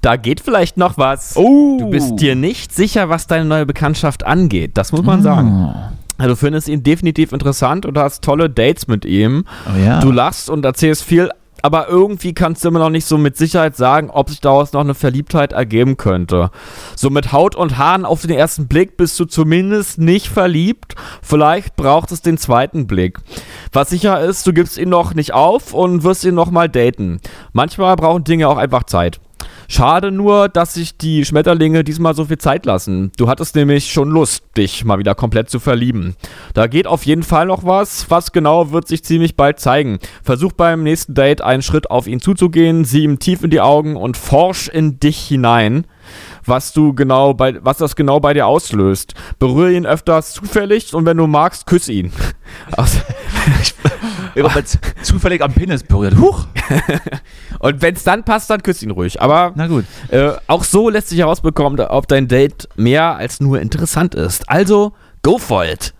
da geht vielleicht noch was. Oh. Du bist dir nicht sicher, was deine neue Bekanntschaft angeht. Das muss man Oh, sagen. Also, Du findest ihn definitiv interessant und hast tolle Dates mit ihm. Oh ja. Du lachst und erzählst viel, aber irgendwie kannst du immer noch nicht so mit Sicherheit sagen, ob sich daraus noch eine Verliebtheit ergeben könnte. So mit Haut und Haaren auf den ersten Blick bist du zumindest nicht verliebt. Vielleicht braucht es den zweiten Blick. Was sicher ist, du gibst ihn noch nicht auf und wirst ihn noch mal daten. Manchmal brauchen Dinge auch einfach Zeit. Schade nur, dass sich die Schmetterlinge diesmal so viel Zeit lassen. Du hattest nämlich schon Lust, dich mal wieder komplett zu verlieben. Da geht auf jeden Fall noch was. Was genau wird sich ziemlich bald zeigen. Versuch beim nächsten Date einen Schritt auf ihn zuzugehen, sieh ihm tief in die Augen und forsch in dich hinein was du genau bei, was das genau bei dir auslöst. Berühre ihn öfters zufällig und wenn du magst, küss ihn. Also, Aus- Übrigens, zufällig am Penis berührt. Huch. und wenn es dann passt, dann küss ihn ruhig. Aber Na gut. äh, auch so lässt sich herausbekommen, ob dein Date mehr als nur interessant ist. Also, go for it.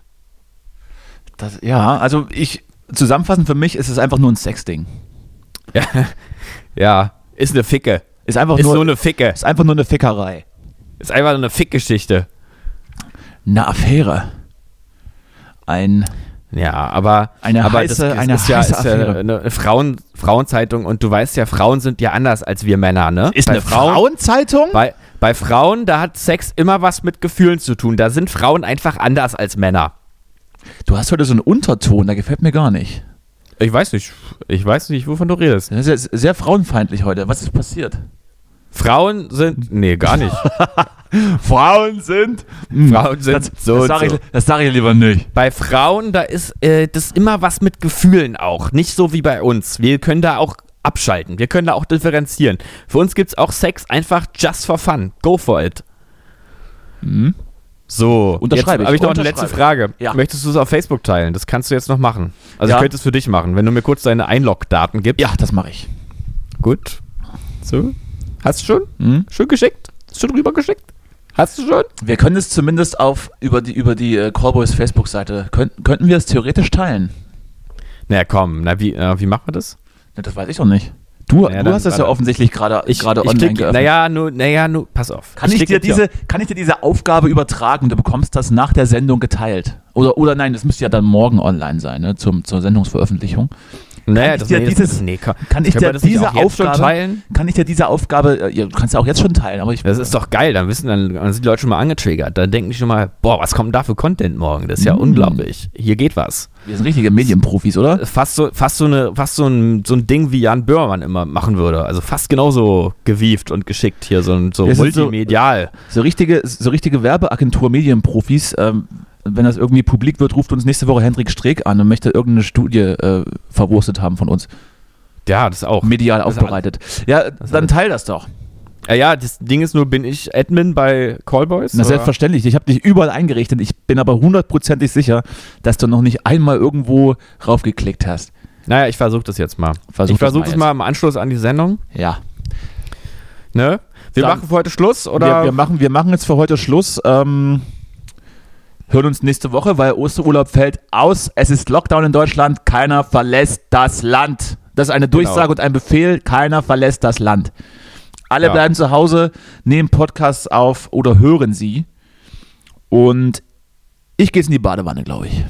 Das, ja, also ich, zusammenfassend für mich ist es einfach nur ein Sexding. Ja, ist eine Ficke. Ist einfach, Ist nur, nur eine Ficke. ist einfach nur eine Fickerei. Ist einfach eine Fickgeschichte. Eine Affäre. Ein, Ja, aber, Eine aber heiße- eine ist ja, heiße ist ja Affäre. eine Frauen, Frauenzeitung und du weißt ja, Frauen sind ja anders als wir Männer, ne? ist Bei eine Frauenzeitung? Bei, bei Frauen, da hat Sex immer was mit Gefühlen zu tun. Da sind Frauen einfach anders als Männer. Du hast heute so einen Unterton, der gefällt mir gar nicht. Ich weiß nicht, ich weiß nicht, wovon du redest. Das ist ja sehr frauenfeindlich heute. Was ist passiert? Frauen sind. Nee, gar nicht. Frauen sind. Frauen sind Hm. Das, so das und sage so. ich, das sag ich lieber nicht. Bei Frauen, da ist äh, das immer was mit Gefühlen auch. Nicht so wie bei uns. Wir können da auch abschalten. Wir können da auch differenzieren. Für uns gibt es auch Sex einfach just for fun. Go for it. So, Mhm. Unterschreibe ich. habe ich noch eine Unterschreibe letzte ich. Frage. Ja. Möchtest du es auf Facebook teilen? Das kannst du jetzt noch machen. Also Ja. ich könnte es für dich machen, wenn du mir kurz deine Einlog-Daten gibst. Ja, das mache ich. Gut. So. Hast du schon? Mhm. Schon geschickt? Schon rübergeschickt? Hast du schon? Wir können es zumindest auf über die über die äh, Callboys Facebook-Seite könnten könnten wir es theoretisch teilen. Na komm, na wie, äh, wie machen wir das? Ne, das weiß ich doch nicht. Du, Naja, du dann- hast das ja warte. offensichtlich gerade gerade ich online klicke- geöffnet. Naja, nur, naja, nur, pass auf. kann ich, klicke dir jetzt hier diese kann ich dir diese Aufgabe übertragen? Du bekommst das nach der Sendung geteilt. Oder oder nein, das müsste ja dann morgen online sein, ne, zum zur Sendungsveröffentlichung. Naja, ich das, dir nee, das dieses- nee, kann, Kann ich können wir dir das nicht diese auch jetzt schon Aufgabe teilen? Kann ich dir diese Aufgabe, äh, ja, du kannst ja auch jetzt schon teilen, aber ich Das ist doch geil, dann wissen, dann, dann sind die Leute schon mal angetriggert. Dann denken die schon mal, boah, was kommt denn da für Content morgen? Das ist ja Mm. unglaublich. Hier geht was. wir sind richtige Medienprofis, oder? Fast so, fast so eine, fast so ein, so ein Ding, wie Jan Böhmermann immer machen würde. Also fast genauso gewieft und geschickt hier, so, ein- so Wir sind so- multimedial. So richtige, so richtige Werbeagentur Medienprofis, ähm, wenn das irgendwie publik wird, ruft uns nächste Woche Hendrik Streeck an und möchte irgendeine Studie äh, verwurstet haben von uns. ja, das auch. Medial Das- aufbereitet. Ja, dann teil das doch. Ja, Äh, ja, das Ding ist nur, bin ich Admin bei Callboys? Na, oder? selbstverständlich. Ich habe dich überall eingerichtet. Ich bin aber hundertprozentig sicher, dass du noch nicht einmal irgendwo raufgeklickt hast. Naja, ich versuche das jetzt mal. Versuch ich das versuche mal das jetzt. mal im Anschluss an die Sendung. Ja. Ne? Wir Dann- machen für heute Schluss oder? Wir, wir, machen, wir machen jetzt für heute Schluss. Ähm, hören uns nächste Woche, weil Osterurlaub fällt aus. Es ist Lockdown in Deutschland. Keiner verlässt das Land. Das ist eine Durchsage und ein Befehl. Keiner verlässt das Land. Alle Ja. bleiben zu Hause, nehmen Podcasts auf oder hören sie. Und ich gehe jetzt in die Badewanne, glaube ich.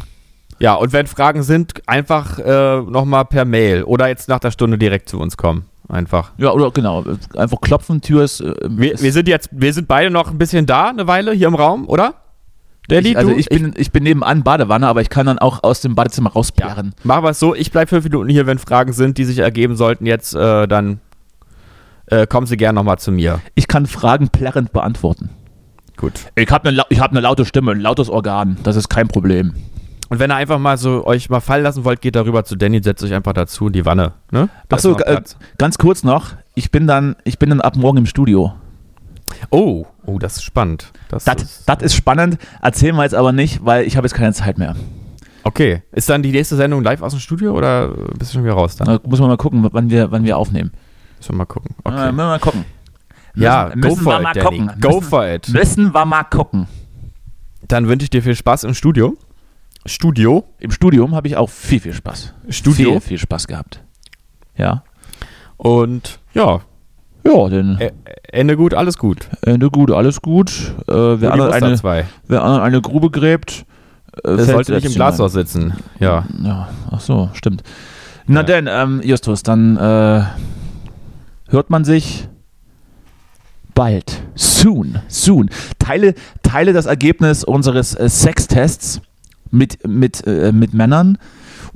ja, und wenn Fragen sind, einfach äh, nochmal per Mail oder jetzt nach der Stunde direkt zu uns kommen. Einfach. Ja, oder genau. Einfach klopfen, Tür ist. äh, Wir, ist- wir sind jetzt, wir sind beide noch ein bisschen da, eine Weile hier im Raum, oder? Der ich, also ich bin, ich bin nebenan Badewanne, aber ich kann dann auch aus dem Badezimmer ja. rausplärren. Machen wir es so, ich bleibe fünf Minuten hier, wenn Fragen sind, die sich ergeben sollten jetzt, äh, dann äh, kommen Sie gerne nochmal zu mir. Ich kann Fragen plärrend beantworten. Gut. Ich habe eine, hab ne laute Stimme, ein lautes Organ. Das ist kein Problem. Und wenn ihr einfach mal so euch mal fallen lassen wollt, geht darüber zu Danny, setzt euch einfach dazu in die Wanne. Ne? Da Achso, ist noch äh, Platz. ganz kurz noch. Ich bin, dann, ich bin dann ab morgen im Studio. Oh, oh, das ist spannend. Das, Das, ist, das ist spannend. Erzählen wir jetzt aber nicht, weil ich habe jetzt keine Zeit mehr. okay. Ist dann die nächste Sendung live aus dem Studio oder bist du schon wieder raus dann? Da Äh, muss man mal gucken, wann wir, wann wir aufnehmen. Müssen wir mal gucken. Äh, Okay. müssen wir mal gucken. ja, müssen- müssen go wir for mal it, Danny. gucken. Go Müssen- for it. Müssen wir mal gucken. Dann wünsche ich dir viel Spaß im Studio. Studio. Im Studium habe ich auch viel, viel Spaß. Studio. Viel, viel Spaß gehabt. Ja. Und ja, Ja, äh, dann Ä- Ende gut, alles gut. Ende gut, alles gut. Äh, wer, anderen eine, zwei. wer anderen eine Grube gräbt, äh, Das fällt sollte nicht im selbst Glashaus sitzen. Ja. hinein. Ja, ach so, stimmt. Na denn, ähm, Justus, dann äh, hört man sich bald. Soon, soon. Teile, teile das Ergebnis unseres äh, Sextests mit, mit, äh, mit Männern.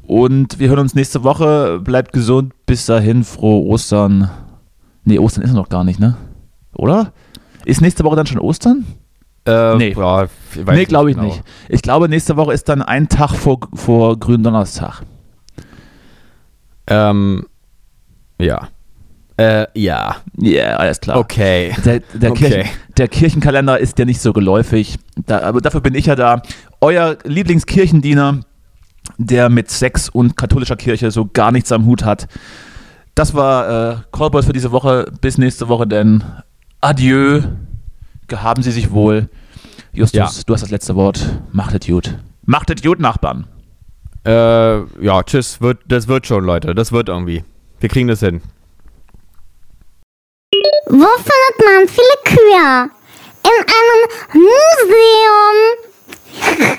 Und wir hören uns nächste Woche. Bleibt gesund. Bis dahin, frohe Ostern. Nee, Ostern ist noch gar nicht, ne? Oder? Ist nächste Woche dann schon Ostern? Äh, Nee. boah, ich weiß nee, glaube ich genau. nicht. Ich glaube, nächste Woche ist dann ein Tag vor, vor Gründonnerstag. Ähm, ja. Äh, ja. Ja, alles klar. Okay. Der, der, Okay. Kirchen, der Kirchenkalender ist ja nicht so geläufig. Da, aber dafür bin ich ja da. Euer Lieblingskirchendiener, der mit Sex und katholischer Kirche so gar nichts am Hut hat. Das war äh, Callboys für diese Woche. Bis nächste Woche, denn adieu. Gehaben Sie sich wohl. Justus, Ja. du hast das letzte Wort. Macht es gut. Macht es gut, Nachbarn. Äh, ja, tschüss. Wird, das wird schon, Leute. Das wird irgendwie. Wir kriegen das hin. Wo findet man viele Kühe? In einem Museum.